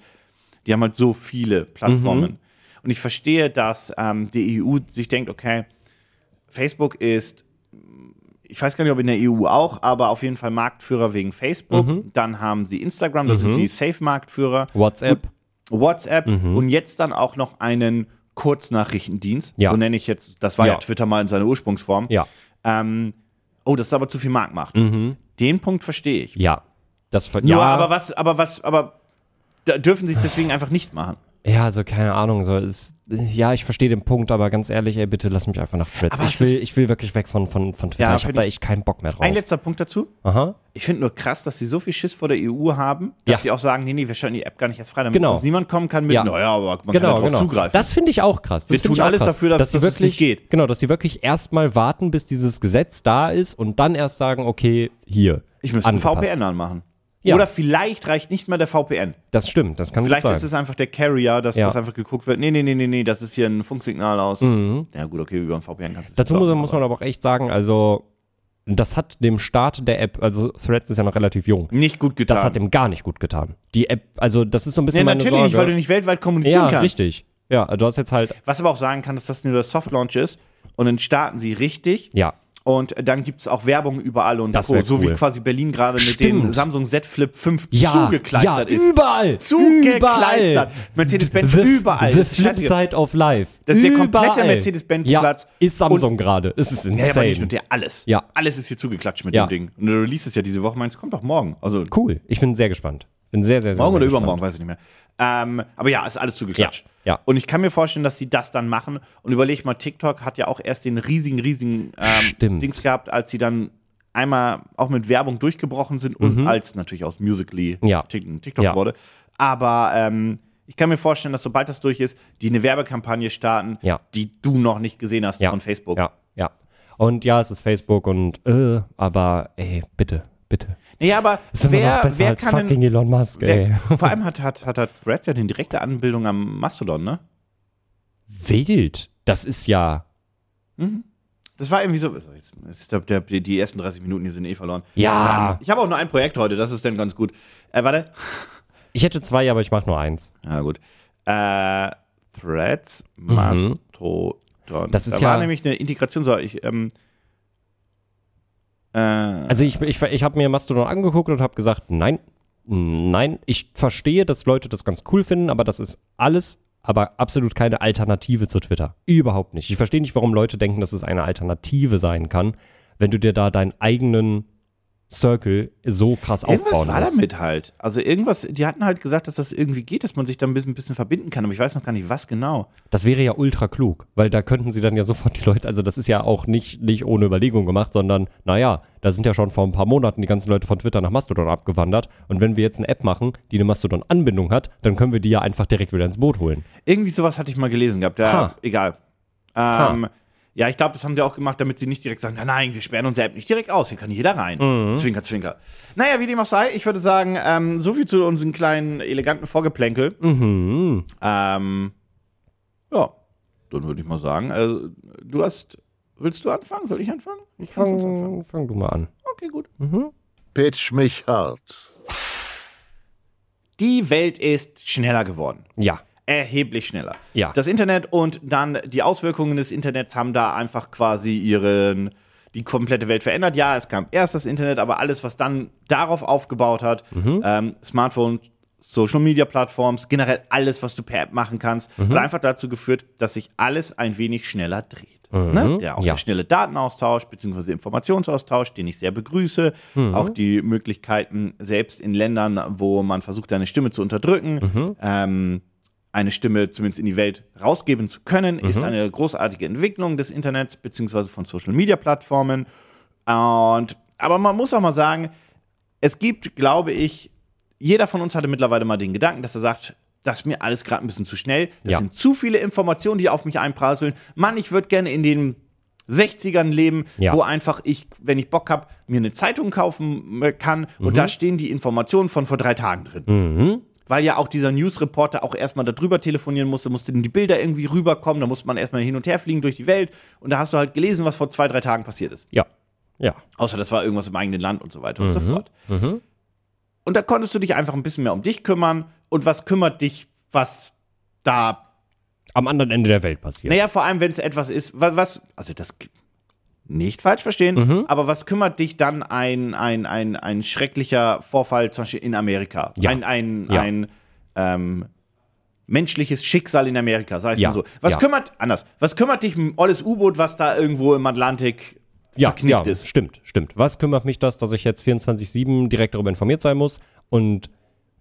die haben halt so viele Plattformen. Und ich verstehe, dass ähm, die EU sich denkt, okay, Facebook ist, ich weiß gar nicht, ob in der EU auch, aber auf jeden Fall Marktführer wegen Facebook. Mhm. Dann haben sie Instagram, das sind sie Safe-Marktführer. WhatsApp. WhatsApp Mhm. und jetzt dann auch noch einen Kurznachrichtendienst. Ja. So nenne ich jetzt, das war ja. Ja. Twitter mal in seiner Ursprungsform. Ja. Ähm, oh, das ist aber zu viel Marktmacht. Den Punkt verstehe ich. Ja. Das ver- Nur, ja, aber was, aber was, aber da dürfen sie es deswegen einfach nicht machen. ja, also keine Ahnung. So, ist, ja, ich verstehe den Punkt, aber ganz ehrlich, ey, bitte lass mich einfach nach Threads. Aber Ich es will, ist- ich will wirklich weg von, von, von Twitter. Ja, ich habe find da ich- echt keinen Bock mehr drauf. Ein letzter Punkt dazu. Aha. Ich finde nur krass, dass sie so viel Schiss vor der EU haben, dass Ja. sie auch sagen, nee, nee, wir schalten die App gar nicht erst frei, damit Genau. uns niemand kommen kann mit, Ja. naja, aber man Genau, kann darauf genau. zugreifen. Das finde ich auch krass. Das Wir finde ich tun auch alles krass, dafür, dass- sie dass es wirklich, nicht geht. Genau, dass sie wirklich erstmal warten, bis dieses Gesetz da ist und dann erst sagen, okay, hier. ich müsste einen angepasst. VPN anmachen. Ja. Oder vielleicht reicht nicht mal der VPN. Das stimmt, das kann Vielleicht gut sein. ist es einfach der Carrier, dass Ja. das einfach geguckt wird. Nee, nee, nee, nee, nee, das ist hier ein Funksignal aus. Ja, gut, okay, über ein VPN kannst du es Mhm. Dazu nicht muss, machen, muss aber- man aber auch echt sagen, also das hat dem Start der App, also Threads ist ja noch relativ jung, Nicht gut getan. das hat dem gar nicht gut getan. Die App, also das ist so ein bisschen nee, meine natürlich Sorge. nicht, weil du nicht weltweit kommunizieren ja, kannst. richtig. Ja, du hast jetzt halt, Was aber auch sagen kann, dass das nur der Softlaunch ist und dann starten sie richtig. ja, Und dann gibt es auch Werbung überall und Das Co. wär So wie cool. quasi Berlin gerade mit Stimmt. dem Samsung Z Flip 5 ja, zugekleistert ja, ist. überall, Zugekleistert. überall. Mercedes-Benz The, überall. The Das ist flip scheißegal. side of life. Das ist der komplette Überall. Mercedes-Benz-Platz. Ja, ist Samsung gerade. Es ist Nee, aber insane. nicht nur der, alles. Ja. Alles ist hier zugeklatscht mit Ja. dem Ding. Und du release es ja diese Woche, meinst, kommt doch morgen. Also cool. Ich bin sehr gespannt. Bin sehr, sehr, sehr Morgen sehr oder gespannt. übermorgen, weiß ich nicht mehr. Ähm, aber ja, ist alles zugeklatscht. Ja, ja. Und ich kann mir vorstellen, dass sie das dann machen. Und überleg mal, TikTok hat ja auch erst den riesigen, riesigen ähm, Stimmt. Dings gehabt, als sie dann einmal auch mit Werbung durchgebrochen sind und als natürlich aus Musically Mhm. Ja. Tik- TikTok Ja. wurde. Aber ähm, ich kann mir vorstellen, dass sobald das durch ist, die eine Werbekampagne starten, Ja. die du noch nicht gesehen hast von Facebook. Ja, ja. Und ja, es ist Facebook und äh, aber ey, bitte, bitte. Naja, aber Ist immer noch wer, besser wer als kann fucking denn, Elon Musk, ey. wer, Vor allem hat, hat, hat, hat Threads ja eine direkte Anbildung am Mastodon, ne? Wild. Das ist ja. Das war irgendwie so. so, Jetzt, jetzt, ich glaub, der, die, die ersten 30 Minuten hier sind eh verloren. Ja. Ähm, ich habe auch nur ein Projekt heute, das ist dann ganz gut. Äh, warte. Ich hätte zwei, aber ich mache nur eins. Ja, gut. Äh, Threads, Mastodon. Mhm. Das ist da ja- war nämlich eine Integration, so ich, ähm, äh, Also ich, ich, ich habe mir Mastodon angeguckt und habe gesagt, nein, nein, ich verstehe, dass Leute das ganz cool finden, aber das ist alles, aber absolut keine Alternative zu Twitter. Überhaupt nicht. Ich verstehe nicht, warum Leute denken, dass es eine Alternative sein kann, wenn du dir da deinen eigenen Circle so krass irgendwas aufbauen war musst. damit halt. Also irgendwas, die hatten halt gesagt, dass das irgendwie geht, dass man sich da ein bisschen, ein bisschen verbinden kann, aber ich weiß noch gar nicht, was genau. Das wäre ja ultra klug, weil da könnten sie dann ja sofort die Leute, also das ist ja auch nicht, nicht ohne Überlegung gemacht, sondern naja, da sind ja schon vor ein paar Monaten die ganzen Leute von Twitter nach Mastodon abgewandert und wenn wir jetzt eine App machen, die eine Mastodon-Anbindung hat, dann können wir die ja einfach direkt wieder ins Boot holen. Irgendwie sowas hatte ich mal gelesen gehabt. Ja, Ha. egal. Ah. Ähm, ja, ich glaube, das haben die auch gemacht, damit sie nicht direkt sagen, nein, nein, wir sperren unsere App nicht direkt aus, hier kann jeder rein. Zwinker, zwinker. Naja, wie dem auch sei, ich würde sagen, ähm, so viel zu unseren kleinen, eleganten Vorgeplänkel. Ähm, ja, dann würde ich mal sagen, also, du hast, willst du anfangen? Soll ich anfangen? Ich kann sonst anfangen. fang du mal an. Okay, gut. Pitch mich hart. Die Welt ist schneller geworden. Ja. erheblich schneller. Ja. Das Internet und dann die Auswirkungen des Internets haben da einfach quasi ihren die komplette Welt verändert. Ja, es kam erst das Internet, aber alles, was dann darauf aufgebaut hat, ähm, Smartphone, Social Media Plattforms, generell alles, was du per App machen kannst, hat einfach dazu geführt, dass sich alles ein wenig schneller dreht. Ne? Der, auch Ja. der schnelle Datenaustausch bzw. Informationsaustausch, den ich sehr begrüße. Mhm. Auch die Möglichkeiten, selbst in Ländern, wo man versucht, eine Stimme zu unterdrücken, Mhm. ähm, eine Stimme zumindest in die Welt rausgeben zu können, Mhm. ist eine großartige Entwicklung des Internets bzw. von Social Media Plattformen. Und aber man muss auch mal sagen, es gibt, glaube ich, jeder von uns hatte mittlerweile mal den Gedanken, dass er sagt, das ist mir alles gerade ein bisschen zu schnell. Das Ja. sind zu viele Informationen, die auf mich einprasseln. Mann, ich würde gerne in den 60ern leben, Ja. wo einfach ich, wenn ich Bock habe, mir eine Zeitung kaufen äh, kann und da stehen die Informationen von vor drei Tagen drin. Weil ja auch dieser News-Reporter auch erstmal darüber telefonieren musste, musste die Bilder irgendwie rüberkommen, da musste man erstmal hin und her fliegen durch die Welt und da hast du halt gelesen, was vor zwei, drei Tagen passiert ist. Ja. Ja. Außer das war irgendwas im eigenen Land und so weiter und so fort. Und da konntest du dich einfach ein bisschen mehr um dich kümmern. Und was kümmert dich, was da. Am anderen Ende der Welt passiert. Naja, vor allem, wenn es etwas ist, wa- was. Also das. k- Nicht falsch verstehen, Mhm. aber was kümmert dich dann ein, ein, ein, ein schrecklicher Vorfall, zum Beispiel in Amerika? Ja. Ein, ein, Ja. ein ähm, menschliches Schicksal in Amerika, sei es Ja. mal so. Was Ja. kümmert, anders, was kümmert dich ein olles U-Boot, was da irgendwo im Atlantik ja, ja, verknickt ist? stimmt, stimmt. Was kümmert mich das, dass ich jetzt 24-7 direkt darüber informiert sein muss? Und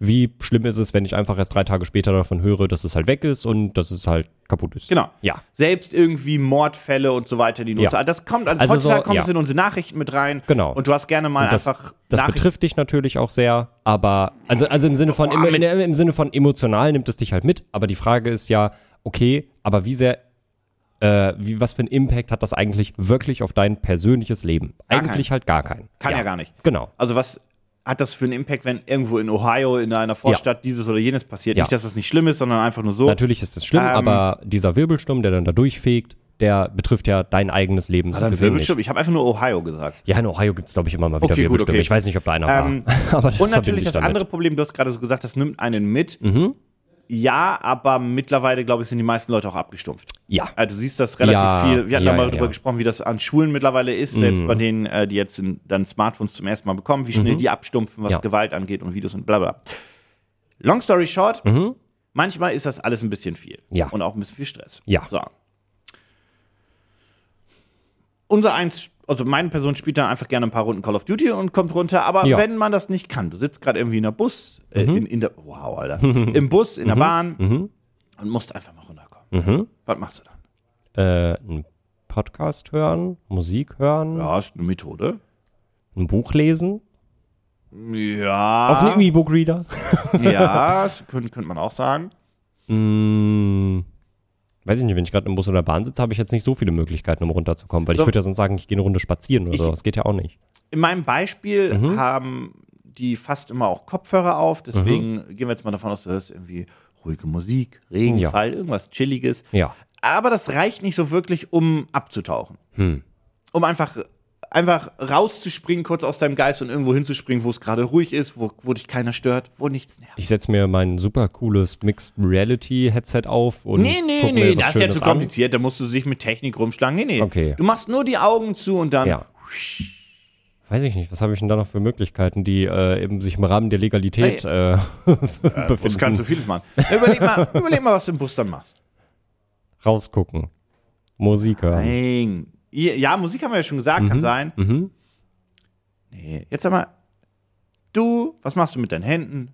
wie schlimm ist es, wenn ich einfach erst drei Tage später davon höre, dass es halt weg ist und dass es halt kaputt ist? Genau. Ja. Selbst irgendwie Mordfälle und so weiter, die du Ja. uns, das kommt, also, Also so, heutzutage kommt ja. es in unsere Nachrichten mit rein. Genau. Und du hast gerne mal Und das, einfach das betrifft dich natürlich auch sehr, aber also, also im, Sinne von, Boah, im, mit- im Sinne von emotional nimmt es dich halt mit, aber die Frage ist ja, okay, aber wie sehr, äh, wie, was für einen Impact hat das eigentlich wirklich auf dein persönliches Leben? Gar eigentlich halt gar keinen. Kann ja gar nicht. Genau. Also was hat das für einen Impact, wenn irgendwo in Ohio in einer Vorstadt dieses oder jenes passiert? Ja. Nicht, dass das nicht schlimm ist, sondern einfach nur so. Natürlich ist es schlimm, Ähm, aber dieser Wirbelsturm, der dann da durchfegt, der betrifft ja dein eigenes Leben so Ah, Dann gesehen Wirbelsturm. nicht. Ich habe einfach nur Ohio gesagt. Ja, in Ohio gibt es, glaube ich, immer mal wieder Okay, gut, Wirbelstürme. okay. Ich weiß nicht, ob da einer Ähm, war. aber das Und natürlich verbinde ich das damit. Mhm. andere Problem, du hast gerade so gesagt, das nimmt einen mit. Ja, aber mittlerweile, glaube ich, sind die meisten Leute auch abgestumpft. Ja. Äh, du siehst das relativ Ja, viel. Wir hatten ja, da mal ja, darüber ja. Mhm. gesprochen, wie das an Schulen mittlerweile ist, selbst bei denen, äh, die jetzt in, dann Smartphones zum ersten Mal bekommen, wie schnell die abstumpfen, was Ja. Gewalt angeht und Videos und bla bla. Long story short, manchmal ist das alles ein bisschen viel. Mhm. Ja. Und auch ein bisschen viel Stress. Ja. So. Unser eins, also meine Person spielt dann einfach gerne ein paar Runden Call of Duty und kommt runter, aber Ja. Mhm. wenn man das nicht kann, du sitzt gerade irgendwie in der Bus, äh, in, in der, wow, Alter, im Bus, in der Bahn und musst einfach mal runterkommen. Mhm. Was machst du dann? äh, einen Podcast hören, Musik hören, Ja, ist eine Methode. ein Buch lesen. Auf Ja, einem E-Book-Reader. ja, das könnte, könnte man auch sagen. Hm, weiß ich nicht, wenn ich gerade im Bus oder Bahn sitze, habe ich jetzt nicht so viele Möglichkeiten, um runterzukommen, weil So. ich würde ja sonst sagen, ich gehe eine Runde spazieren oder Ich- so. Das geht ja auch nicht. In meinem Beispiel Mhm. haben die fast immer auch Kopfhörer auf, deswegen gehen wir jetzt mal davon aus, du hörst irgendwie ruhige Musik, Regenfall, irgendwas Chilliges. Ja. Aber das reicht nicht so wirklich, um abzutauchen. Hm. Um einfach, einfach rauszuspringen, kurz aus deinem Geist und irgendwo hinzuspringen, wo es gerade ruhig ist, wo, wo dich keiner stört, wo nichts nervt. Ich setze mir mein super cooles Mixed Reality Headset auf und. Nee, nee, guck mir nee, was das ist ja Schönes zu an. kompliziert, da musst du dich mit Technik rumschlagen. Nee, nee. Okay. Du machst nur die Augen zu und dann. Ja. Weiß ich nicht, was habe ich denn da noch für Möglichkeiten, die äh, eben sich im Rahmen der Legalität äh, Das befinden? kannst du vieles machen. Überleg mal, überleg mal, was du im Bus dann machst. Rausgucken. Musik hören. Nein. Ja, Musik haben wir ja schon gesagt, Mhm. kann sein. Nee, jetzt sag mal, du, was machst du mit deinen Händen?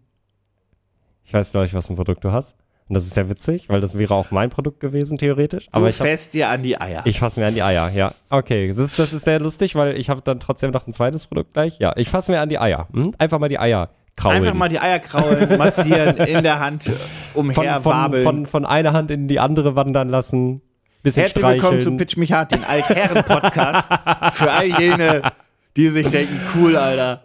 Ich weiß gleich, was für ein Produkt du hast. Und das ist ja witzig, weil das wäre auch mein Produkt gewesen, theoretisch. Du Aber ich hab- fäst dir an die Eier. Ich fasse mir an die Eier, ja. Okay, das ist, das ist sehr lustig, weil ich habe dann trotzdem noch ein zweites Produkt gleich. Ja, ich fasse mir an die Eier. Hm? Einfach mal die Eier kraulen. Einfach mal die Eier kraulen, massieren, in der Hand von, von, umherwabeln. von, von einer Hand in die andere wandern lassen. Bisschen Herzlich streicheln. willkommen zu Pitch Mich Hart, den Altherren-Podcast. für all jene, die sich denken, cool, Alter.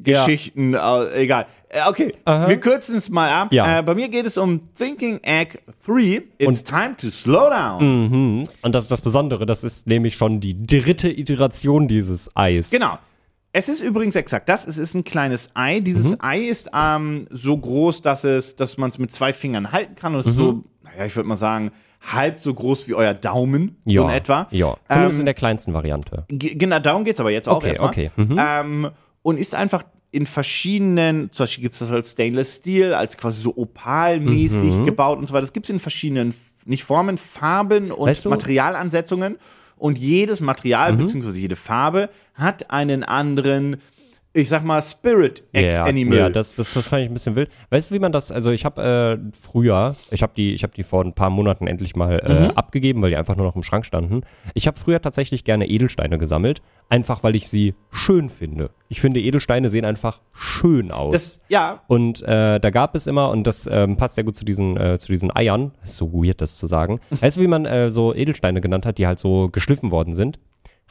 Geschichten, au- egal. Äh, Okay, wir kürzen es mal ab. Ja. Äh, bei mir geht es um Thinking Egg 3. It's time to slow Mm. down. Und das ist das Besondere, das ist nämlich schon die dritte Iteration dieses Eis. Genau. Es ist übrigens exakt das. Es ist ein kleines Ei. Dieses Mhm. Ei ist ähm, so groß, dass es, dass man es mit zwei Fingern halten kann. Und es Mhm. ist so, naja, ich würde mal sagen, halb so groß wie euer Daumen. Ja. So in etwa. Ähm, Ja. Zumindest in der kleinsten Variante. Ge- Genau, darum geht's aber jetzt auch Okay, mhm. erstmal. okay, Ähm, und ist einfach in verschiedenen, zum Beispiel gibt es das als Stainless Steel, als quasi so opalmäßig Mhm. gebaut und so weiter. Das gibt es in verschiedenen, nicht Formen, Farben und Weißt du- Mhm. Materialansetzungen. Und jedes Material, beziehungsweise jede Farbe, hat einen anderen, ich sag mal, Spirit Ja, Animal. Ja, das, das, das fand ich ein bisschen wild. Weißt du, wie man das, also ich habe äh, früher, ich habe die, ich hab die vor ein paar Monaten endlich mal Mhm. äh, abgegeben, weil die einfach nur noch im Schrank standen. Ich habe früher tatsächlich gerne Edelsteine gesammelt, einfach weil ich sie schön finde. Ich finde, Edelsteine sehen einfach schön aus. Das- ja. Und äh, da gab es immer, und das ähm, passt ja gut zu diesen, äh, zu diesen Eiern, ist so weird, das zu sagen. Weißt du, wie man äh, so Edelsteine genannt hat, die halt so geschliffen worden sind?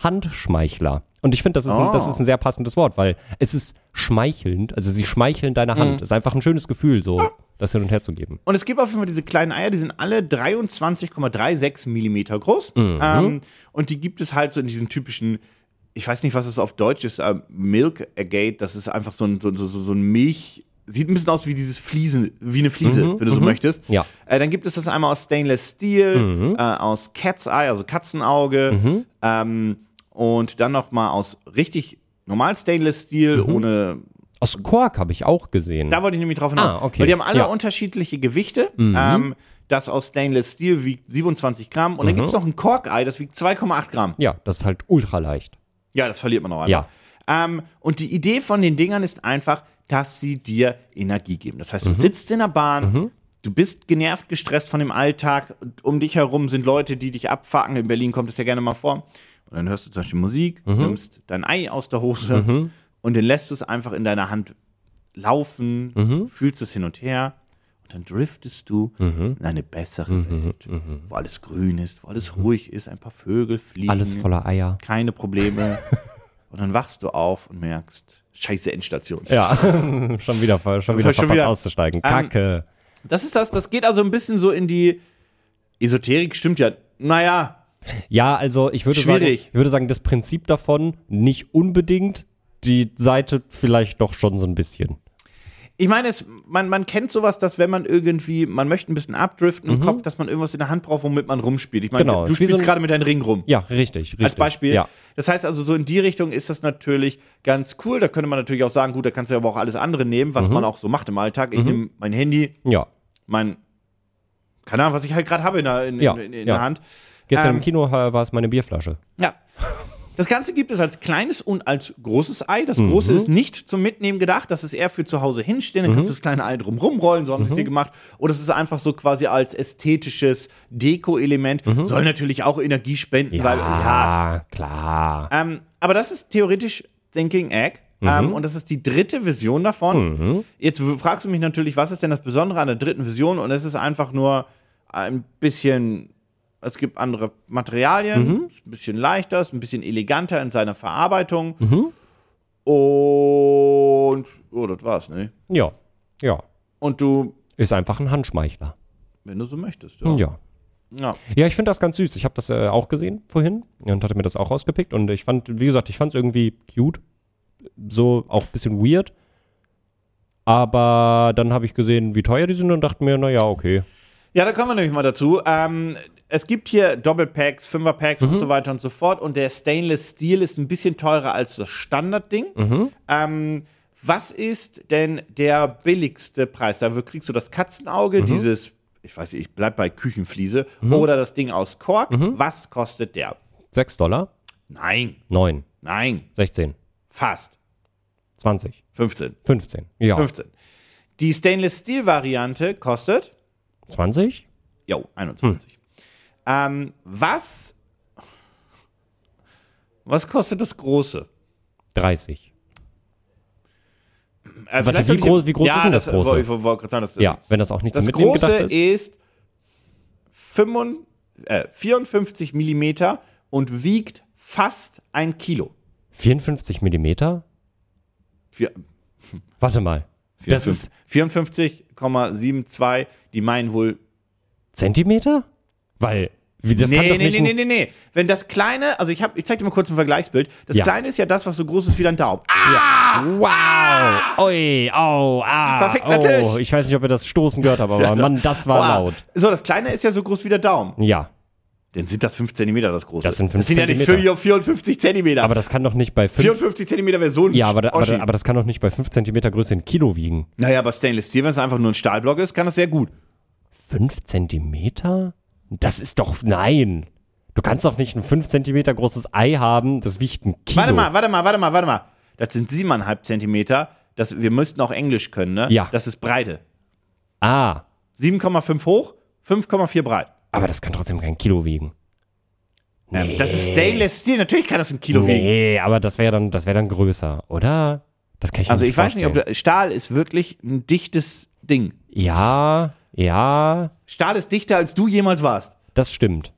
Handschmeichler. Und ich finde, das, ist ein- das Oh. ist ein sehr passendes Wort, weil es ist schmeichelnd, also sie schmeicheln deine Hm. Hand. Es ist einfach ein schönes Gefühl, so das hin und her zu geben. Und es gibt auf jeden Fall diese kleinen Eier, die sind alle 23,36 Millimeter groß. Ähm, und die gibt es halt so in diesem typischen, ich weiß nicht, was es auf Deutsch ist, äh, Milk Agate. Das ist einfach so ein, so, so, so so ein Milch. Sieht ein bisschen aus wie dieses Fliesen, wie eine Fliese, wenn du so möchtest. Ja. Äh, dann gibt es das einmal aus Stainless Steel, äh, aus Cat's Eye, also Katzenauge. Ähm, und dann nochmal aus richtig normal Stainless Steel, ohne Aus Kork habe ich auch gesehen. da wollte ich nämlich drauf hinaus. Ah, okay. Weil die haben alle Ja. Mhm. unterschiedliche Gewichte. Ähm, das aus Stainless Steel wiegt 27 Gramm. Mhm. Und dann gibt es noch ein Korkei, das wiegt 2,8 Gramm. ja, das ist halt ultra leicht. Ja, das verliert man noch alle. Ja. Ähm, und die Idee von den Dingern ist einfach, dass sie dir Energie geben. Das heißt, du sitzt in der Bahn, du bist genervt, gestresst von dem Alltag. und Um dich herum sind Leute, die dich abfacken. In Berlin kommt es ja gerne mal vor. Und dann hörst du zum Beispiel Musik, nimmst dein Ei aus der Hose und den lässt du es einfach in deiner Hand laufen, fühlst es hin und her. Und dann driftest du in eine bessere Welt, wo alles grün ist, wo alles ruhig ist, ein paar Vögel fliegen Alles voller Eier. keine Probleme. und dann wachst du auf und merkst, scheiße Endstation. Ja, schon wieder, ver- schon wieder Schon verpasst wieder. Ähm, auszusteigen. Kacke. Das ist das, das geht also ein bisschen so in die Esoterik, stimmt ja. Naja, Ja, also ich würde Schwierig. sagen, ich würde sagen, das Prinzip davon nicht unbedingt, die Seite vielleicht doch schon so ein bisschen. ich meine, es, man, man kennt sowas, dass wenn man irgendwie, man möchte ein bisschen abdriften im Kopf, dass man irgendwas in der Hand braucht, womit man rumspielt. Ich meine, Mhm. Genau, du ist wie spielst so ein- gerade mit deinem Ring rum. Ja, richtig, richtig. Als Beispiel. Ja. Das heißt also, so in die Richtung ist das natürlich ganz cool. Da könnte man natürlich auch sagen, gut, da kannst du aber auch alles andere nehmen, Mhm. was man auch so macht im Alltag. Ich nehme mein Handy, Ja. mein, keine Ahnung, was ich halt gerade habe in der, in, Ja, in, in, in ja. der Hand. Gestern Ähm, im Kino äh, war es meine Bierflasche. Ja. Das Ganze gibt es als kleines und als großes Ei. Mhm. Das große ist nicht zum Mitnehmen gedacht. Das ist eher für zu Hause hinstehen. Mhm. Dann kannst du das kleine Ei drum rumrollen. So haben sie es dir gemacht. Oder es ist einfach so quasi als ästhetisches Deko-Element. Mhm. Soll natürlich auch Energie spenden, weil, ja, Ah, klar. ähm, aber das ist theoretisch Thinking Egg. Ähm, und das ist die dritte Version davon. Jetzt w- fragst du mich natürlich, was ist denn das Besondere an der dritten Version? Und es ist einfach nur ein bisschen, es gibt andere Materialien, ist ein bisschen leichter, ist ein bisschen eleganter in seiner Verarbeitung. Und, oh, das war's, ne? Ja. Ja. Und du, Ist einfach ein Handschmeichler. wenn du so möchtest, ja. Ja. Ja, ja. ich finde das ganz süß. Ich habe das äh, auch gesehen vorhin und hatte mir das auch rausgepickt. Und ich fand, wie gesagt, ich fand es irgendwie cute. So auch ein bisschen weird. Aber dann habe ich gesehen, wie teuer die sind und dachte mir, naja, okay. Ja, da kommen wir nämlich mal dazu. Ähm, es gibt hier Doppelpacks, Fünferpacks und so weiter und so fort. Und der Stainless Steel ist ein bisschen teurer als das Standardding. Ähm, was ist denn der billigste Preis? Dafür kriegst du das Katzenauge, dieses, ich weiß nicht, ich bleib bei Küchenfliese, oder das Ding aus Kork. Was kostet der? 6 Dollar? Nein, 9, nein, 16, fast. 20, 15. 15. Ja. 15. Die Stainless Steel Variante kostet 20? Jo, 21. Hm. Ähm, was, was kostet das Große? 30. Äh, Warte, vielleicht wie soll ich- groß- wie groß ja, äh, ist denn das Große? wollte Ich wollte gerade sagen, das, äh, Ja, wenn das auch nicht zum das Mitnehmen Große E- gedacht ist. ist 55, äh, 54 Millimeter und wiegt fast ein Kilo. 54 Millimeter? Vier- Warte mal. Das 54 ist 54,72, die meinen wohl Zentimeter? Weil, wie, das kann nee, doch nee, nicht nee, nee, ein- nee, nee. Wenn das kleine, also ich hab, ich zeig dir mal kurz ein Vergleichsbild. Das Ja. kleine ist ja das, was so groß ist wie dein Daumen. Wow! Oi, au, ah, Ah! Perfekt, oh, natürlich. ich weiß nicht, ob ihr das Stoßen gehört habt, aber Mann, das war Aua. laut. So, das kleine ist ja so groß wie der Daumen. Ja, Dann sind das 5 Zentimeter das große. Das sind fünf ja nicht Zentimeter. 4 54 Zentimeter. Aber das kann doch nicht bei 5 54 Zentimeter wäre so ein Ja, aber, da, aber, Oschi. da- aber das kann doch nicht bei 5 cm Größe in Kilo wiegen. Naja, aber Stainless Steel, wenn es einfach nur ein Stahlblock ist, kann das sehr gut. 5 cm? Das ist doch. Nein! Du kannst doch nicht ein 5 cm großes Ei haben, das wiegt ein Kilo. Warte mal, warte mal, warte mal, warte mal. Das sind 7,5 Zentimeter. Das, wir müssten auch Englisch können, ne? Ja. Das ist Breite. Ah, 7,5 hoch, 5,4 breit. aber das kann trotzdem kein Kilo wiegen. Ähm, Das ist Stainless Steel. Natürlich kann das ein Kilo wiegen. Nee, aber das wäre dann, das wäre dann größer, oder? Das kann ich mir Also nicht ich weiß nicht, ob vorstellen. da- Stahl ist wirklich ein dichtes Ding. Ja, ja, Stahl ist dichter, als du jemals warst. das stimmt.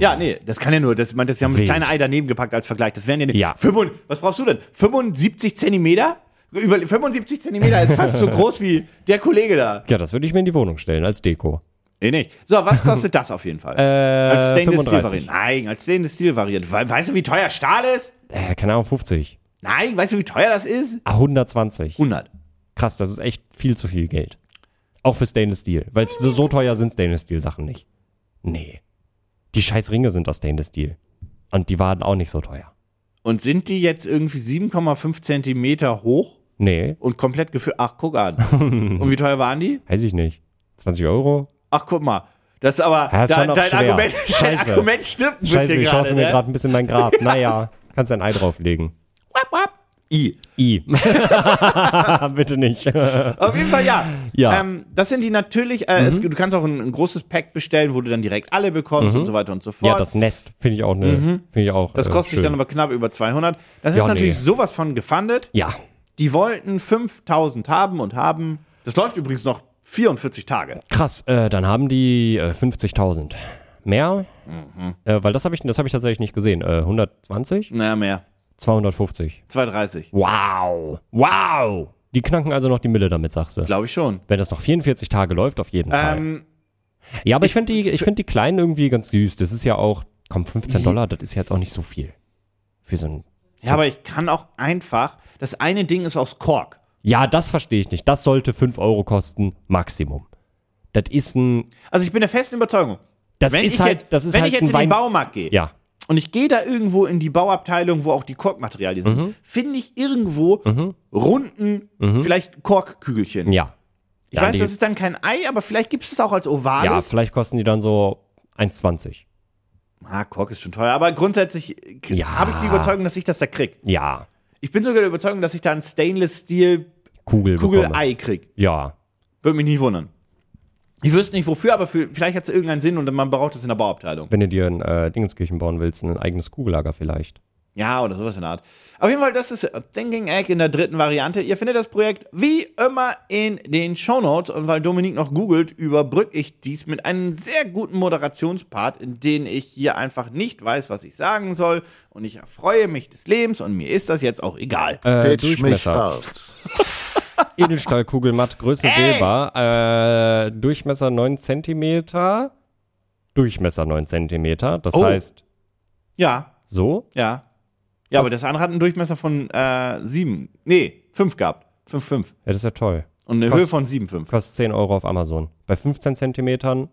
Ja, nee, das kann ja nur. Das, man, das, sie haben das Wild. kleine Ei daneben gepackt als Vergleich. Das wären ja, nicht- Ja. Fünfund- Was brauchst du denn? 75 Zentimeter? Über 75 Zentimeter ist fast so groß wie der Kollege da. Ja, das würde ich mir in die Wohnung stellen als Deko. Äh, Nee, nicht. So, was kostet das auf jeden Fall? als Stainless Steel 35. Variant. Nein, als Stainless Steel Variant. We weißt du, wie teuer Stahl ist? Äh, keine Ahnung, 50. Nein, weißt du, wie teuer das ist? Ah, 120. 100. Krass, das ist echt viel zu viel Geld. Auch für Stainless Steel. Weil so, so teuer sind Stainless Steel Sachen nicht. Nee. Die scheiß Ringe sind aus Stainless Steel. Und die waren auch nicht so teuer. Und sind die jetzt irgendwie 7,5 Zentimeter hoch Nee, und komplett gefüllt? Ach, guck an. und wie teuer waren die? weiß ich nicht. 20 Euro? Ach, guck mal. Das ist aber, Ja, ist da, schon auch dein, schwer. Argument, dein Scheiße. Argument stimmt ein Scheiße, bisschen ich gerade, hoffe mir ne? gerade ein bisschen mein Grab. Naja, kannst ein Ei drauflegen. I. I. Bitte nicht. Auf jeden Fall ja. Ja. Mhm. Ähm, das sind die natürlich, äh, es, du kannst auch ein, ein großes Pack bestellen, wo du dann direkt alle bekommst und so weiter und so fort. Ja, das Nest finde ich auch eine. Finde ich auch. Mhm. Das äh, kostet dich schön. dann aber knapp über 200. Das Ja, ist natürlich nee. sowas von gefundet. Ja. Die wollten 5000 haben und haben. Das läuft übrigens noch 44 Tage. Krass, äh, dann haben die äh, 50.000. Mehr? Mhm. Äh, weil das habe ich, das hab ich tatsächlich nicht gesehen. Äh, 120? Naja, mehr. 250. 230. Wow. Wow. Die knacken also noch die Mille damit, sagst du. Glaube ich schon. Wenn das noch 44 Tage läuft, auf jeden Ähm, Fall. Ja, aber ich, finde die, ich find die Kleinen irgendwie ganz süß. Das ist ja auch, komm, 15 Dollar, das ist ja jetzt auch nicht so viel. Für so ein. ja, aber ich kann auch einfach. Das eine Ding ist aus Kork. Ja, das verstehe ich nicht. Das sollte 5 Euro kosten, Maximum. Das ist ein. Also ich bin der festen Überzeugung. Das wenn ist ich halt- jetzt, das ist wenn halt ich jetzt ein in Wein- den Baumarkt gehe Ja. und ich gehe da irgendwo in die Bauabteilung, wo auch die Korkmaterialien sind, Mhm. finde ich irgendwo runden, vielleicht Korkkügelchen. Ja. Ich Ja, weiß, die- das ist dann kein Ei, aber vielleicht gibt es es auch als Ovales. Ja, vielleicht kosten die dann so 1,20. Ah, Kork ist schon teuer, aber grundsätzlich Ja. habe ich die Überzeugung, dass ich das da krieg. Ja, Ich bin sogar der Überzeugung, dass ich da ein Stainless Steel Kugel bekomme. Kugel-Ei krieg. Ja. Würde mich nicht wundern. Ich wüsste nicht wofür, aber für, vielleicht hat es irgendeinen Sinn und man braucht es in der Bauabteilung. Wenn du dir ein äh, Dingenskirchen bauen willst, ein eigenes Kugellager vielleicht. Ja, oder sowas in der Art. Auf jeden Fall, das ist Thinking Egg in der dritten Variante. Ihr findet das Projekt wie immer in den Shownotes. Und weil Dominik noch googelt, überbrücke ich dies mit einem sehr guten Moderationspart, in dem ich hier einfach nicht weiß, was ich sagen soll. Und ich erfreue mich des Lebens und mir ist das jetzt auch egal. Äh, Pitch mich hart. Edelstahlkugel matt, Größe Silber, äh, Durchmesser 9 cm, Durchmesser 9 cm, das Oh. heißt Ja, so. ja. Ja, aber das andere hat einen Durchmesser von äh, 7. Nee, 5 gehabt. 5, 5. Ja, das ist ja toll. Und eine Kost- Höhe von 7, 5. Kostet 10 Euro auf Amazon. Bei 15 cm,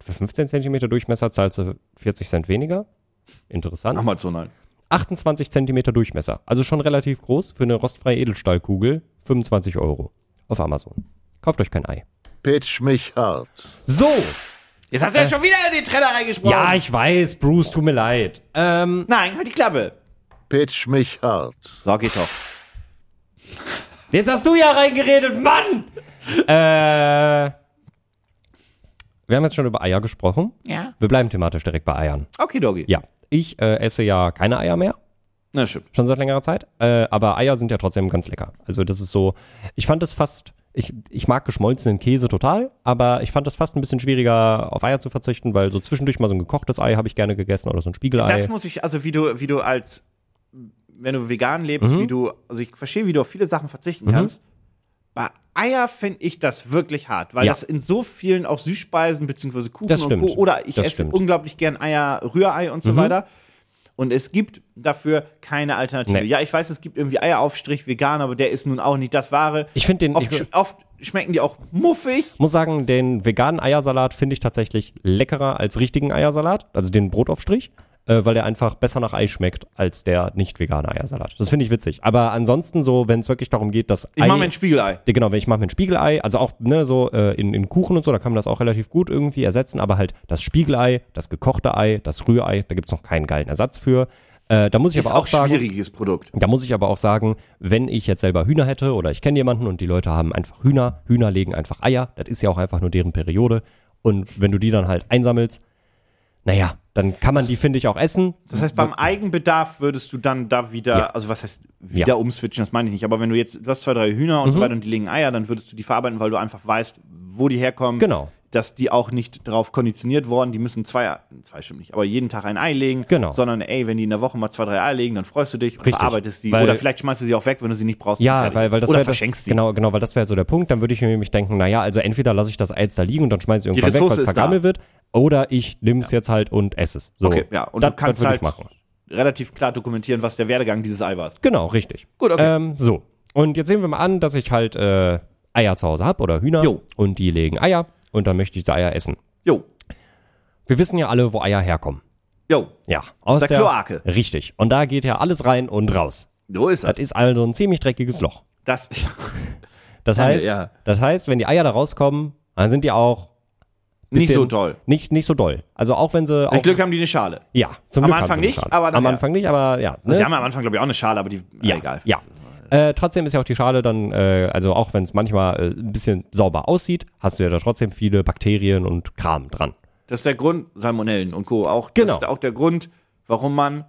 für 15 cm Durchmesser zahlst du 40 Cent weniger. Interessant. Amazon halt. 28 Zentimeter Durchmesser. Also schon relativ groß für eine rostfreie Edelstahlkugel. 25 Euro. Auf Amazon. Kauft euch kein Ei. Pitch mich hart. So! Jetzt hast du ja schon wieder in den Trenner reingesprochen. Äh. Ja, ich weiß, Bruce, tut mir leid. Ähm, Nein, halt die Klappe. Pitch mich hart. So, geht doch. jetzt hast du ja reingeredet, Mann! äh, wir haben jetzt schon über Eier gesprochen. Ja. Wir bleiben thematisch direkt bei Eiern. Okay, Doggy. Ja. Ich äh, esse ja keine Eier mehr. Na, stimmt. schon seit längerer Zeit. Äh, aber Eier sind ja trotzdem ganz lecker. Also das ist so, ich fand es fast, ich, ich mag geschmolzenen Käse total, aber ich fand es fast ein bisschen schwieriger, auf Eier zu verzichten, weil so zwischendurch mal so ein gekochtes Ei habe ich gerne gegessen oder so ein Spiegelei. Das muss ich, also wie du, wie du als, wenn du vegan lebst, Mhm. wie du, also ich verstehe, wie du auf viele Sachen verzichten kannst. Bei Eier finde ich das wirklich hart, weil Ja. das in so vielen auch Süßspeisen beziehungsweise Kuchen Das und stimmt. Mhm. Co. oder ich Das esse stimmt. unglaublich gern Eier, Rührei und so weiter. Und es gibt dafür keine Alternative. Nee. Ja, ich weiß, es gibt irgendwie Eieraufstrich vegan, aber der ist nun auch nicht das Wahre. Ich finde den- Oft, ich- sch oft schmecken die auch muffig. Muss sagen, den veganen Eiersalat finde ich tatsächlich leckerer als richtigen Eiersalat, also den Brotaufstrich, äh, weil der einfach besser nach Ei schmeckt als der nicht vegane Eiersalat. Das finde ich witzig. Aber ansonsten so, wenn es wirklich darum geht, dass Ich mache mir ein Spiegelei. Ja, Genau, wenn ich mache mir ein Spiegelei, also auch ne, so äh, in, in Kuchen und so, da kann man das auch relativ gut irgendwie ersetzen, aber halt das Spiegelei, das gekochte Ei, das Rührei, da gibt es noch keinen geilen Ersatz für. Äh, da muss ich Ist aber auch, auch sagen, schwieriges Produkt. da muss ich aber auch sagen, wenn ich jetzt selber Hühner hätte oder ich kenne jemanden und die Leute haben einfach Hühner, Hühner legen einfach Eier, das ist ja auch einfach nur deren Periode und wenn du die dann halt einsammelst, naja, dann kann man die, finde ich, auch essen. Das heißt, beim Eigenbedarf würdest du dann da wieder, also was heißt wieder Ja. Mhm. umswitchen, das meine ich nicht, aber wenn du jetzt, du hast zwei, drei Hühner und so weiter und die legen Eier, dann würdest du die verarbeiten, weil du einfach weißt, wo die herkommen. Genau. Dass die auch nicht drauf konditioniert wurden, die müssen zwei, zwei stimmt nicht, aber jeden Tag ein Ei legen. Genau. Sondern ey, wenn die in der Woche mal zwei, drei Eier legen, dann freust du dich und Richtig. verarbeitest die. Weil- Oder vielleicht schmeißt du sie auch weg, wenn du sie nicht brauchst. und Ja, fertig. weil, weil das Oder wäre das- verschenkst die. Genau, genau, weil das wäre so der Punkt. Dann würde ich mir nämlich denken, naja, also entweder lasse ich das Ei jetzt da liegen und dann schmeiße ich irgendwann weg, Ressource weil es ist da. vergammelt wird, oder ich nehme es jetzt halt und esse es. So, Okay, ja. Und das, du kannst das würde halt ich machen. relativ klar dokumentieren, was der Werdegang dieses Ei war. Genau, richtig. Gut, okay. Ähm, so. Und jetzt sehen wir mal an, dass ich halt äh, Eier zu Hause habe oder Hühner Jo. und die legen Eier und dann möchte ich diese Eier essen. Jo, Wir wissen ja alle, wo Eier herkommen. jo, Ja, aus der Kloake. Richtig. Und da geht ja alles rein und raus. so ist Das das. ist also ein ziemlich dreckiges Loch. Das, Das Ja, heißt, ja. das heißt, wenn die Eier da rauskommen, dann sind die auch nicht bisschen- so toll. Nicht, nicht so doll. Also auch wenn sie auch, Mit Glück haben die eine Schale. ja, zum Am Glück haben Anfang sie eine nicht, Schale. aber am nachher. Anfang nicht, aber ja. Ne? Sie haben am Anfang, glaube ich, auch eine Schale, aber die, ja, ja, Äh, egal. Ja. Äh, trotzdem ist ja auch die Schale dann, äh, also auch wenn es manchmal äh, ein bisschen sauber aussieht, hast du ja da trotzdem viele Bakterien und Kram dran. Das ist der Grund, Salmonellen und Co. Auch, Genau. Das ist auch der Grund, warum man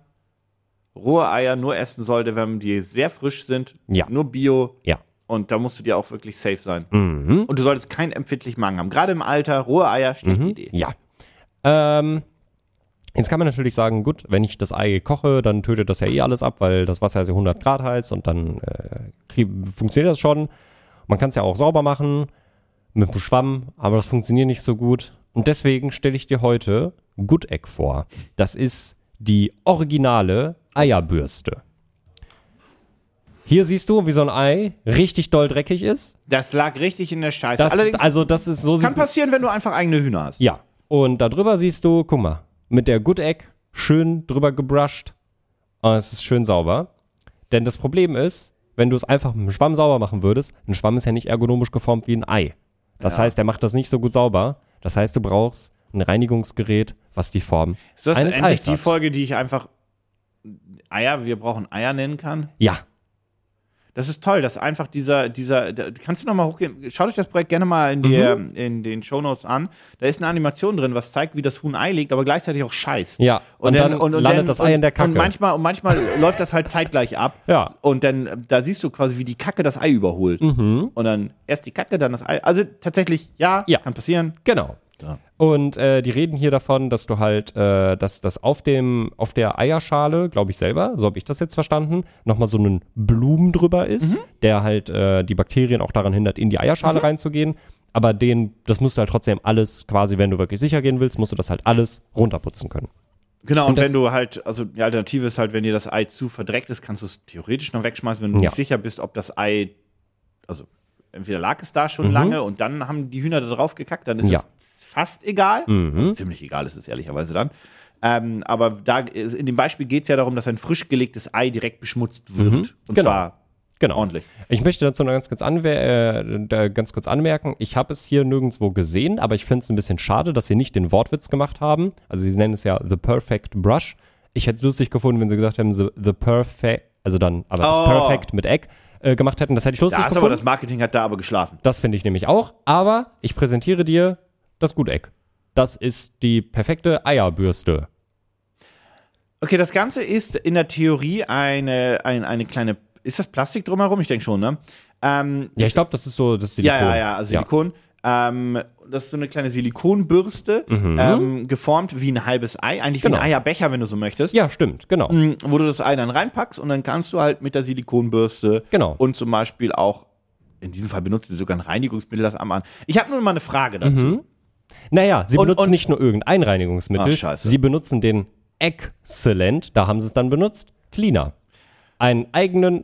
rohe Eier nur essen sollte, wenn die sehr frisch sind, Ja. nur bio. Ja. Mhm. Und da musst du dir auch wirklich safe sein. Und du solltest keinen empfindlichen Magen haben. Gerade im Alter, rohe Eier, schlechte Idee. Ja. Ähm, jetzt kann man natürlich sagen, gut, wenn ich das Ei koche, dann tötet das ja eh alles ab, weil das Wasser ist ja 100 Grad heiß und dann äh, krieg- funktioniert das schon. Man kann es ja auch sauber machen mit einem Schwamm, aber das funktioniert nicht so gut. Und deswegen stelle ich dir heute Good Egg vor. Das ist die originale Eierbürste. Hier siehst du, wie so ein Ei richtig doll dreckig ist. Das lag richtig in der Scheiße. Das, Allerdings also das ist so kann sieht- passieren, wenn du einfach eigene Hühner hast. ja. Und da drüber siehst du, guck mal, mit der Good Egg schön drüber gebrushed. Und es ist schön sauber. Denn das Problem ist, wenn du es einfach mit dem Schwamm sauber machen würdest, ein Schwamm ist ja nicht ergonomisch geformt wie ein Ei. Das heißt, der macht das nicht so gut sauber. Das heißt, du brauchst ein Reinigungsgerät, was die Form Ist das eines endlich Eis die hat. Folge, die ich einfach Eier, wir brauchen Eier nennen kann? Ja, Das ist toll, dass einfach dieser, dieser, da, kannst du nochmal hochgehen? Schaut euch das Projekt gerne mal in, die, Mhm. in den Shownotes an. Da ist eine Animation drin, was zeigt, wie das Huhn Ei legt, aber gleichzeitig auch scheißt. Ja, und dann landet das Ei in der Kacke. Und manchmal, und manchmal läuft das halt zeitgleich ab. Ja. Und dann, äh, da siehst du quasi, wie die Kacke das Ei überholt. Und dann erst die Kacke, dann das Ei. Also tatsächlich, ja, Mhm. Ja. kann passieren. genau. Und äh, die reden hier davon, dass du halt, äh, dass das auf dem, auf der Eierschale, glaube ich selber, so habe ich das jetzt verstanden, nochmal so einen Blumen drüber ist, der halt äh, die Bakterien auch daran hindert, in die Eierschale reinzugehen. Aber den, das musst du halt trotzdem alles quasi, wenn du wirklich sicher gehen willst, musst du das halt alles runterputzen können. Genau, und, das- wenn du halt, also die Alternative ist halt, wenn dir das Ei zu verdreckt ist, kannst du es theoretisch noch wegschmeißen, wenn du Ja. nicht sicher bist, ob das Ei, also entweder lag es da schon lange und dann haben die Hühner da drauf gekackt, dann ist Mhm. Ja. Mhm. es fast egal. Also ziemlich egal ist es ehrlicherweise dann. Ähm, aber da ist, in dem Beispiel geht es ja darum, dass ein frisch gelegtes Ei direkt beschmutzt wird. Und Genau. zwar Genau. ordentlich. Ich möchte dazu noch ganz kurz, anwer äh, da ganz kurz anmerken, ich habe es hier nirgendwo gesehen, aber ich finde es ein bisschen schade, dass sie nicht den Wortwitz gemacht haben. Also sie nennen es ja The Perfect Brush. Ich hätte es lustig gefunden, wenn sie gesagt hätten, The, the Perfect, also dann aber das Oh. Perfect mit Egg äh, gemacht hätten. Das hätte ich lustig Da ist aber gefunden. das Marketing hat da aber geschlafen. das finde ich nämlich auch. Aber ich präsentiere dir das Good Egg. Das ist die perfekte Eierbürste. Okay, das Ganze ist in der Theorie eine, ein, eine kleine. Ist das Plastik drumherum? Ich denke schon, ne? Ähm, Ja, es- ich glaube, das ist so das Silikon. Ja, ja, ja, also Silikon. Ähm, das ist so eine kleine Silikonbürste, ähm, geformt wie ein halbes Ei, eigentlich wie Mhm. Genau. ein Eierbecher, wenn du so möchtest. Ja, stimmt, genau. Mm, Wo du das Ei dann reinpackst und dann kannst du halt mit der Silikonbürste Genau. und zum Beispiel auch, in diesem Fall benutzt sie sogar ein Reinigungsmittel, das am an. Ich habe nur mal eine Frage dazu. Naja, sie Und- benutzen und- nicht nur irgendein Reinigungsmittel. Ach, scheiße. Sie benutzen den Excellent, da haben sie es dann benutzt, Cleaner. Einen eigenen,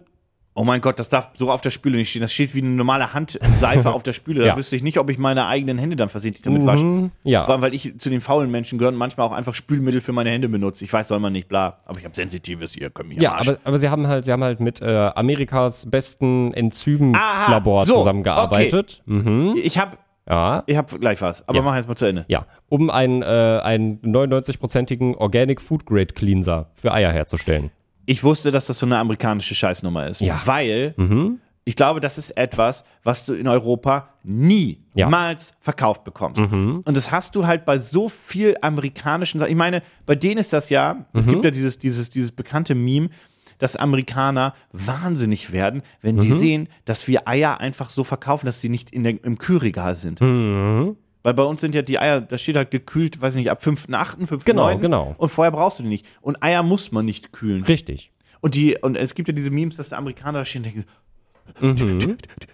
Oh mein Gott, das darf so auf der Spüle nicht stehen. Das steht wie eine normale Handseife auf der Spüle. Da Ja. Mhm. wüsste ich nicht, ob ich meine eigenen Hände dann versehentlich damit wasche. ja. Vor allem, weil ich zu den faulen Menschen gehöre und manchmal auch einfach Spülmittel für meine Hände benutze. Ich weiß, soll man nicht, bla. Aber ich habe Sensitives, ihr könnt mich am Ja, Arsch. aber, aber sie haben halt, sie haben halt mit äh, Amerikas besten Enzymlabor Aha, so, zusammengearbeitet. Mhm. Ich habe Ja. ich hab gleich was, aber mach erst mal zu Ende. Ja, um einen, äh, einen 99-prozentigen Organic Food Grade Cleanser für Eier herzustellen. Ich wusste, dass das so eine amerikanische Scheißnummer ist. Ja. Mhm. Weil ich glaube, das ist etwas, was du in Europa Ja. Mhm. niemals verkauft bekommst. Und das hast du halt bei so viel amerikanischen Sachen. Ich meine, bei denen ist das ja, es Mhm. gibt ja dieses, dieses, dieses bekannte Meme, dass Amerikaner wahnsinnig werden, wenn Mhm. die sehen, dass wir Eier einfach so verkaufen, dass sie nicht in der, im Kühlregal sind. Mhm. Weil bei uns sind ja die Eier, da steht halt gekühlt, weiß ich nicht, ab 5.8., 5.9. Genau, genau. Und vorher brauchst du die nicht. Und Eier muss man nicht kühlen. Richtig. Und die, und es gibt ja diese Memes, dass der Amerikaner da steht und denkt,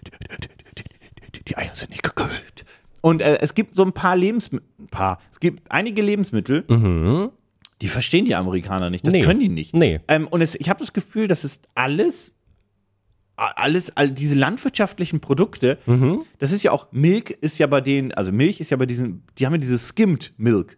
so, die Eier sind nicht gekühlt. Und äh, es gibt so ein paar Lebensmittel, ein paar, es gibt einige Lebensmittel, die verstehen die Amerikaner nicht. Das Nee. können die nicht. Nee. Ähm, und es, ich habe das Gefühl, das ist alles, a- alles, all diese landwirtschaftlichen Produkte, das ist ja auch, Milch ist ja bei denen, also Milch ist ja bei diesen, die haben ja diese Skimmed Milk.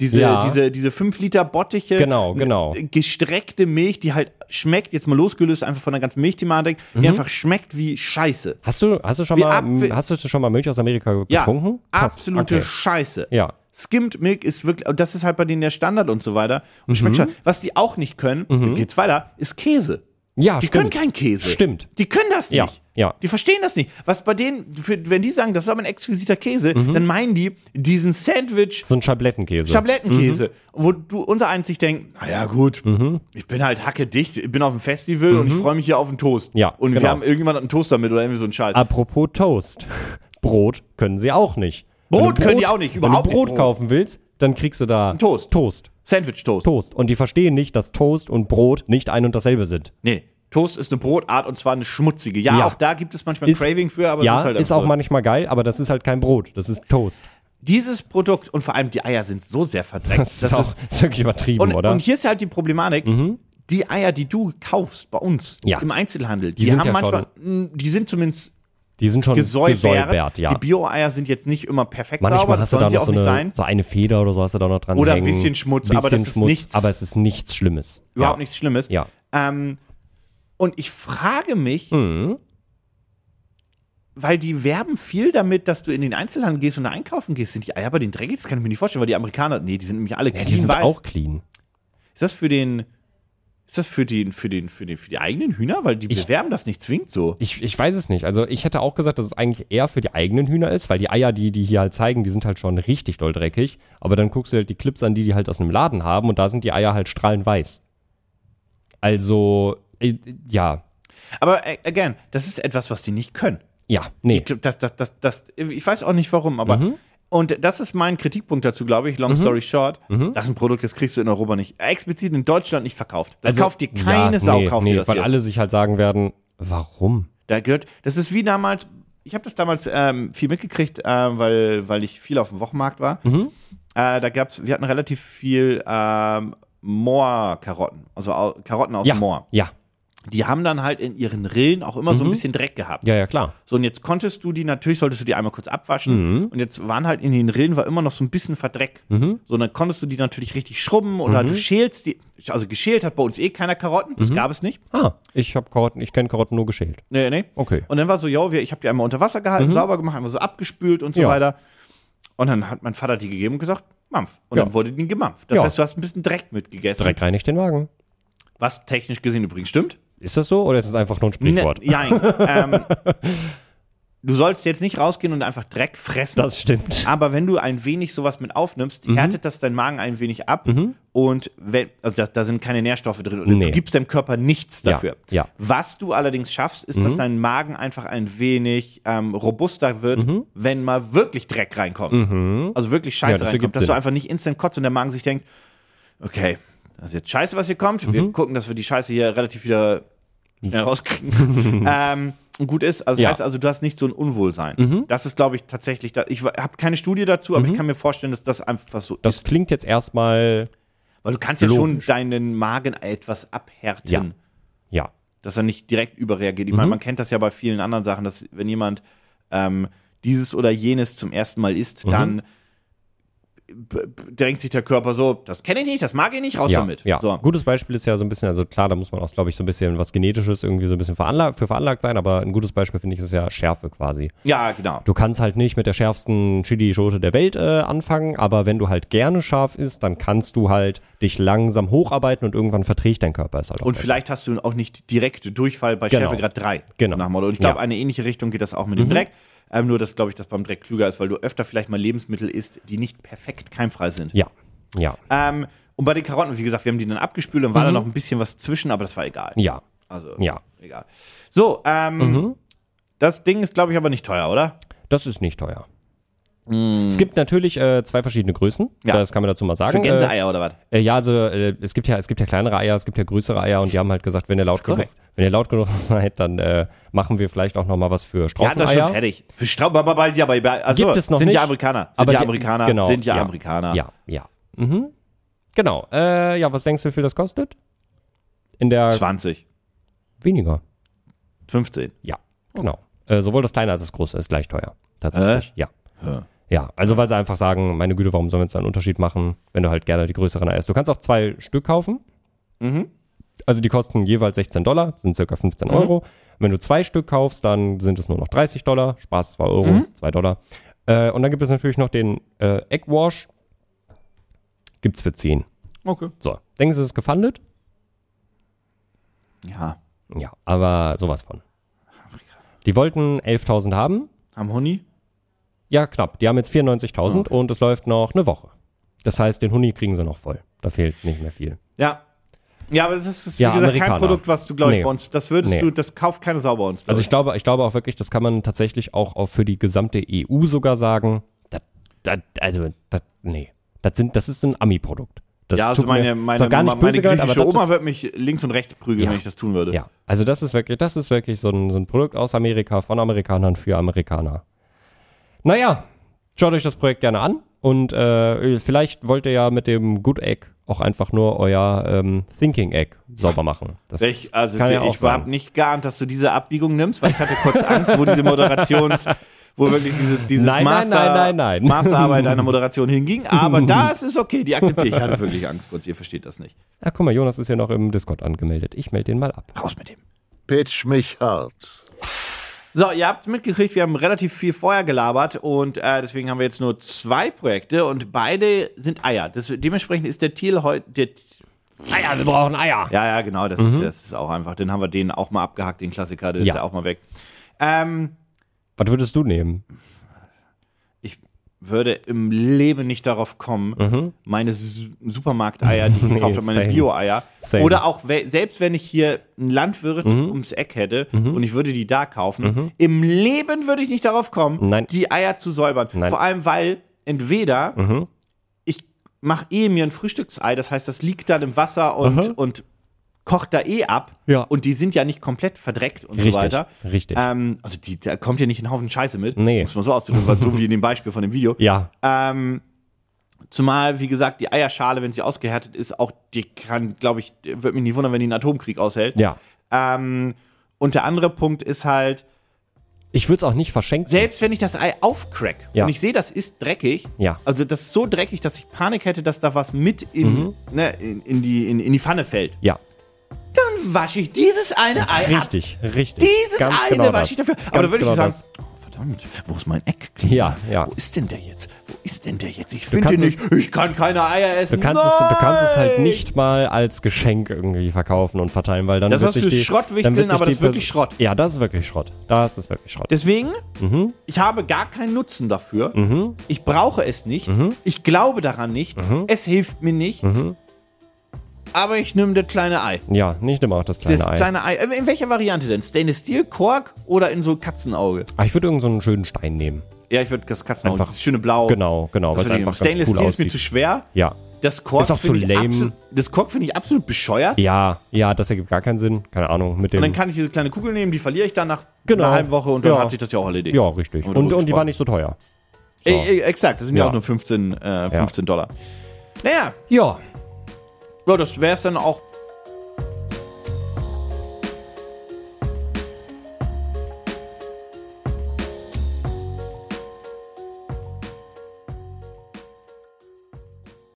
Diese, Ja. diese, diese 5 Liter Bottiche. Genau, genau. Gestreckte Milch, die halt schmeckt, jetzt mal losgelöst einfach von der ganzen Milchthematik, Mhm. die einfach schmeckt wie Scheiße. Hast du, hast du schon Wie mal, hm, Apfel- hast du schon mal Milch aus Amerika Ja, getrunken? Krass, absolute okay. Scheiße. Ja. Skimmed Milk ist wirklich, und das ist halt bei denen der Standard und so weiter. Und schmeckt Mhm. schon. Was die auch nicht können, geht's weiter, ist Käse. Ja, Die stimmt. können keinen Käse. Stimmt. Die können das nicht. Ja, ja. Die verstehen das nicht. Was bei denen, für, wenn die sagen, das ist aber ein exquisiter Käse, Mhm. dann meinen die diesen Sandwich So Mhm. ein Schablettenkäse. Schablettenkäse, wo du unser eins sich denkt, naja gut, Mhm. ich bin halt hacke dicht, ich bin auf dem Festival und ich freue mich hier auf einen Toast. Ja, und genau. wir haben irgendjemand einen Toast damit oder irgendwie so einen Scheiß. Apropos Toast. Brot können sie auch nicht. Brot Wenn du können die auch nicht, überhaupt Wenn du Brot nicht. kaufen willst, dann kriegst du da Toast. Toast. Sandwich Toast. Toast. Und die verstehen nicht, dass Toast und Brot nicht ein und dasselbe sind. nee, Toast ist eine Brotart und zwar eine schmutzige. Ja, Ja. auch da gibt es manchmal Ist- Craving für, aber ja, es ist halt ist einfach auch so. manchmal geil, aber das ist halt kein Brot. Das ist Toast. Dieses Produkt und vor allem die Eier sind so sehr verdreckt. Das, ist, auch, ist wirklich übertrieben, und, oder? Mhm. und hier ist halt die Problematik. Die Eier, die du kaufst bei uns Ja. im Einzelhandel, die, sind haben ja manchmal, mh, die sind zumindest die sind schon gesäubert. gesäubert ja. Die Bio-Eier sind jetzt nicht immer perfekt Manchmal sauber, das hast du sollen da sie noch auch so nicht eine, sein. so eine Feder oder so hast du da noch dran Oder ein hängen. bisschen Schmutz, aber das ist Schmutz, nichts- Aber es ist nichts Schlimmes. Überhaupt ja. nichts Schlimmes. Ja. Ähm, und ich frage mich, Mhm. weil die werben viel damit, dass du in den Einzelhandel gehst und da einkaufen gehst. Sind die Eier bei den dreckig? Das kann ich mir nicht vorstellen, weil die Amerikaner, nee, die sind nämlich alle Ja, clean die sind weiß. auch clean. Ist das für den, ist das für den, für den, für den, für die eigenen Hühner? Weil die Ich- bewerben das nicht zwingend so. Ich, ich weiß es nicht. Also ich hätte auch gesagt, dass es eigentlich eher für die eigenen Hühner ist, weil die Eier, die die hier halt zeigen, die sind halt schon richtig doll dreckig. Aber dann guckst du halt die Clips an, die die halt aus einem Laden haben und da sind die Eier halt strahlend weiß. Also, äh, ja. Aber äh, again, das ist etwas, was die nicht können. Ja, nee. Das, das, das, das, ich weiß auch nicht warum, aber. Mhm. Und das ist mein Kritikpunkt dazu, glaube ich, long story short. Mhm. Das ist ein Produkt, das kriegst du in Europa nicht, explizit in Deutschland nicht verkauft. Das kauft dir keine Also, ja, Sau, nee, kauft nee, dir das Weil hier. alle sich halt sagen werden, warum? Da gehört, das ist wie damals, ich habe das damals ähm, viel mitgekriegt, äh, weil, weil ich viel auf dem Wochenmarkt war. Mhm. Äh, da gab's, wir hatten relativ viel ähm, Moorkarotten, also au- Karotten aus Ja, dem Moor. ja, Die haben dann halt in ihren Rillen auch immer so Mhm. ein bisschen Dreck gehabt. ja, ja, klar. So, und jetzt konntest du die, natürlich solltest du die einmal kurz Mhm. abwaschen. Und jetzt waren halt in den Rillen war immer noch so ein bisschen Verdreck. So, und dann konntest du die natürlich richtig schrubben oder Mhm. du schälst die. Also geschält hat bei uns eh keiner Karotten, das gab es nicht. Ah, ich habe Karotten, ich kenne Karotten nur geschält. Nee, nee. Okay. Mhm. Und dann war so, yo, wir- ich habe die einmal unter Wasser gehalten, sauber gemacht, einmal so abgespült und so Ja. weiter. Und dann hat mein Vater die gegeben und gesagt, Mampf. Und Ja. dann wurde die gemampft. Das Ja. heißt, du hast ein bisschen Dreck mitgegessen. Dreck reinigt den Wagen. Was technisch gesehen übrigens stimmt. Ist das so oder ist es einfach nur ein Sprichwort? Ne, jein. ähm, du sollst jetzt nicht rausgehen und einfach Dreck fressen. Das stimmt. Aber wenn du ein wenig sowas mit aufnimmst, Mhm. härtet das dein Magen ein wenig ab und wenn, also da, da sind keine Nährstoffe drin und Nee. du gibst deinem Körper nichts Ja, dafür. ja. Mhm. Was du allerdings schaffst, ist, dass dein Magen einfach ein wenig ähm, robuster wird, wenn mal wirklich Dreck reinkommt. Also wirklich Scheiße Mhm. Ja, das ergibt reinkommt, dass du Sinn. einfach nicht instant kotzt und der Magen sich denkt, okay, das ist jetzt Scheiße, was hier kommt. Mhm. Wir gucken, dass wir die Scheiße hier relativ wieder schnell rauskriegen. ähm, und gut ist, also das Ja. heißt also, du hast nicht so ein Unwohlsein. Mhm. Das ist, glaube ich, tatsächlich, da, ich habe keine Studie dazu, aber ich kann mir vorstellen, dass das einfach so Das klingt jetzt erstmal Weil du kannst ja schon Logisch. deinen Magen etwas abhärten, Ja. Mhm. Ja. dass er nicht direkt überreagiert. Ich meine, man kennt das ja bei vielen anderen Sachen, dass wenn jemand ähm, dieses oder jenes zum ersten Mal isst, Mhm. dann b- b- drängt sich der Körper so, das kenne ich nicht, das mag ich nicht, raus ja, damit. Ja. So. Gutes Beispiel ist ja so ein bisschen, also klar, da muss man auch, glaube ich, so ein bisschen was Genetisches irgendwie so ein bisschen veranlagt, für veranlagt sein, aber ein gutes Beispiel finde ich ist ja Schärfe quasi. ja, genau. Du kannst halt nicht mit der schärfsten Chili-Schote der Welt äh, anfangen, aber wenn du halt gerne scharf isst, dann kannst du halt dich langsam hocharbeiten und irgendwann verträgt dein Körper es halt auch. Und besser. vielleicht hast du auch nicht direkt Durchfall bei Genau. Schärfegrad 3. Genau. Nach dem Motto. Und ich glaube, Ja. Mhm. eine ähnliche Richtung geht das auch mit dem Dreck. Ähm, nur, dass, glaube ich, das beim Dreck klüger ist, weil du öfter vielleicht mal Lebensmittel isst, die nicht perfekt keimfrei sind. Ja. Ja. Mhm. Ähm, und bei den Karotten, wie gesagt, wir haben die dann abgespült und war da noch ein bisschen was zwischen, aber das war egal. Ja. Also, Ja. Mhm. egal. So, ähm, das Ding ist, glaube ich, aber nicht teuer, oder? Das ist nicht teuer. Es gibt natürlich äh, zwei verschiedene Größen. Hm. Ja. Das kann man dazu mal sagen. Für Gänseeier oder was? Äh, äh, ja, also äh, es gibt ja es gibt ja kleinere Eier, es gibt ja größere Eier und die haben halt gesagt, wenn ihr laut ist genug, korrekt. wenn ihr laut genug seid, dann äh, machen wir vielleicht auch noch mal was für Wir hatten das schon Straußeneier. fertig. Für Straub, aber bei, ja, bei, bei, also, Gibt es noch sind nicht. ja Amerikaner. Sind Aber ja die- Amerikaner. genau, sind ja, ja. Amerikaner. ja, ja. Mhm. Genau. Äh, ja, was denkst du, wie viel das kostet? In der 20, weniger. 15. Ja, genau. Äh, sowohl das kleine als das große ist gleich teuer. Tatsächlich. Ja. Hä? Ja, also weil sie einfach sagen, meine Güte, warum sollen wir jetzt da einen Unterschied machen, wenn du halt gerne die größeren Eier isst. Du kannst auch zwei Stück kaufen. Mhm. Also die kosten jeweils 16 Dollar, sind circa 15 Euro. Wenn du zwei Stück kaufst, dann sind es nur noch 30 Dollar, Spaß 2 Euro, Mhm. 2 Dollar. Äh, und dann gibt es natürlich noch den äh, Egg Wash. Gibt's für 10. Okay. So, denkst du, es ist gefundet? Ja. Ja, aber sowas von. Die wollten 11.000 haben, Am Honig? Ja, knapp. Die haben jetzt 94.000 Ah. und es läuft noch eine Woche. Das heißt, den Huni kriegen sie noch voll. Da fehlt nicht mehr viel. Ja. Ja, aber das ist, wie Ja, gesagt, kein Amerikaner. Produkt, was du, glaube ich, Nee. bei uns, das würdest Nee. du, das kauft keine Sau bei uns. glaub Also ich. ich glaube, ich glaube auch wirklich, das kann man tatsächlich auch auf für die gesamte EU sogar sagen. Das, das, also, das, nee. Das, sind, das ist ein Ami-Produkt. Das ja, also tut mir- meine, ist meine, auch gar nicht meine böse gemeint, griechische aber das Oma ist- wird mich links und rechts prügeln, Ja. wenn ich das tun würde. Ja, also das ist wirklich, das ist wirklich so ein, so ein Produkt aus Amerika, von Amerikanern für Amerikaner. Naja, schaut euch das Projekt gerne an und äh, vielleicht wollt ihr ja mit dem Good Egg auch einfach nur euer ähm, Thinking Egg sauber machen. Das Ich, also kann ja auch ich habe sein. nicht geahnt, dass du diese Abbiegung nimmst, weil ich hatte kurz Angst, wo diese Moderations, wo wirklich dieses, dieses Nein, nein, Master, nein, nein, nein. Masterarbeit einer Moderation hinging. Aber das ist okay, die akzeptiere ich. Ich hatte wirklich Angst kurz, ihr versteht das nicht. Ach, guck mal, Jonas ist ja noch im Discord angemeldet. Ich melde den mal ab. Raus mit dem. Pitch mich hart. So, ihr habt mitgekriegt, wir haben relativ viel vorher gelabert und äh, deswegen haben wir jetzt nur zwei Projekte und beide sind Eier. Das, dementsprechend ist der Thiel heute. der- Eier, wir brauchen Eier. Ja, ja, genau, das, ist, das ist auch einfach. Den haben wir den auch mal abgehackt, den Klassiker, der ist Ja. ja auch mal weg. Ähm, Was würdest du nehmen? ich würde im Leben nicht darauf kommen, meine Su- Supermarkteier, die ich gekauft habe, meine Mhm. same. Bio-Eier, Same. Mhm. oder auch we- selbst wenn ich hier einen Landwirt ums Eck hätte und ich würde die da kaufen, im Leben würde ich nicht darauf kommen, Nein. die Eier zu säubern. Nein. Mhm. Vor allem, weil entweder ich mache eh mir ein Frühstücksei, das heißt, das liegt dann im Wasser und, und kocht da eh ab Mhm. Ja. und die sind ja nicht komplett verdreckt und Richtig, so weiter. richtig. Ähm, also die, da kommt ja nicht ein Haufen Scheiße mit, Nee. muss man so ausdrücken, weil so wie in dem Beispiel von dem Video. Ja, Ähm, zumal, wie gesagt, die Eierschale, wenn sie ausgehärtet ist, auch die kann, glaube ich, würde mich nicht wundern, wenn die einen Atomkrieg aushält. ja. Ähm, und der andere Punkt ist halt, Ich würde es auch nicht verschenken. selbst wenn ich das Ei aufcrack Ja. und ich sehe, das ist dreckig, Ja. also das ist so dreckig, dass ich Panik hätte, dass da was mit in, Mhm. ne, in, in, die, in, in die Pfanne fällt, ja, dann wasche ich dieses eine Ei ab. richtig, richtig. Dieses Ganz eine genau wasche ich das. dafür. Aber da Ganz würde genau ich sagen, das. oh, verdammt, wo ist mein Eckklima? Ja, ja. Wo ist denn der jetzt? Wo ist denn der jetzt? Ich finde ihn kannst nicht. Ich kann keine Eier essen. Du kannst, es, du kannst es halt Nein! nicht mal als Geschenk irgendwie verkaufen und verteilen, weil dann Das wird hast sich du die, Schrottwichteln, dann wird sich aber die das ist wirklich Pers- Schrott. Ja, das ist wirklich Schrott. Das ist wirklich Schrott. Deswegen, Mhm. ich habe gar keinen Nutzen dafür. Ich brauche es nicht. Mhm. Ich glaube daran nicht. Es hilft mir nicht. Aber ich nehme das kleine Ei. ja, nicht immer auch das kleine Das Ei. kleine Ei. Äh, In welcher Variante denn? Stainless Steel, Kork oder in so Katzenauge? ah, ich würde irgendeinen so einen schönen Stein nehmen. Ja, ich würde das Katzenauge. Einfach- Das schöne Blau. Genau, genau, Das weil es würde ich nehmen. einfach ganz Also Stainless cool Steel ist mir zu aussieht. schwer. Ja, Das Kork Ist auch zu finde ich lame. absolut- Das Kork finde ich absolut bescheuert. ja, ja, das ergibt gar keinen Sinn. Keine Ahnung mit dem. Und dann kann ich diese kleine Kugel nehmen, die verliere ich dann nach Genau. einer halben Woche und dann Ja. hat sich das ja auch erledigt. ja, richtig. Und Und, und die gespart. war nicht so teuer. Ey, ey, exakt, das sind ja, Ja. auch nur 15, äh, 15 Dollar. Naja, Ja, Ja, das wäre es dann auch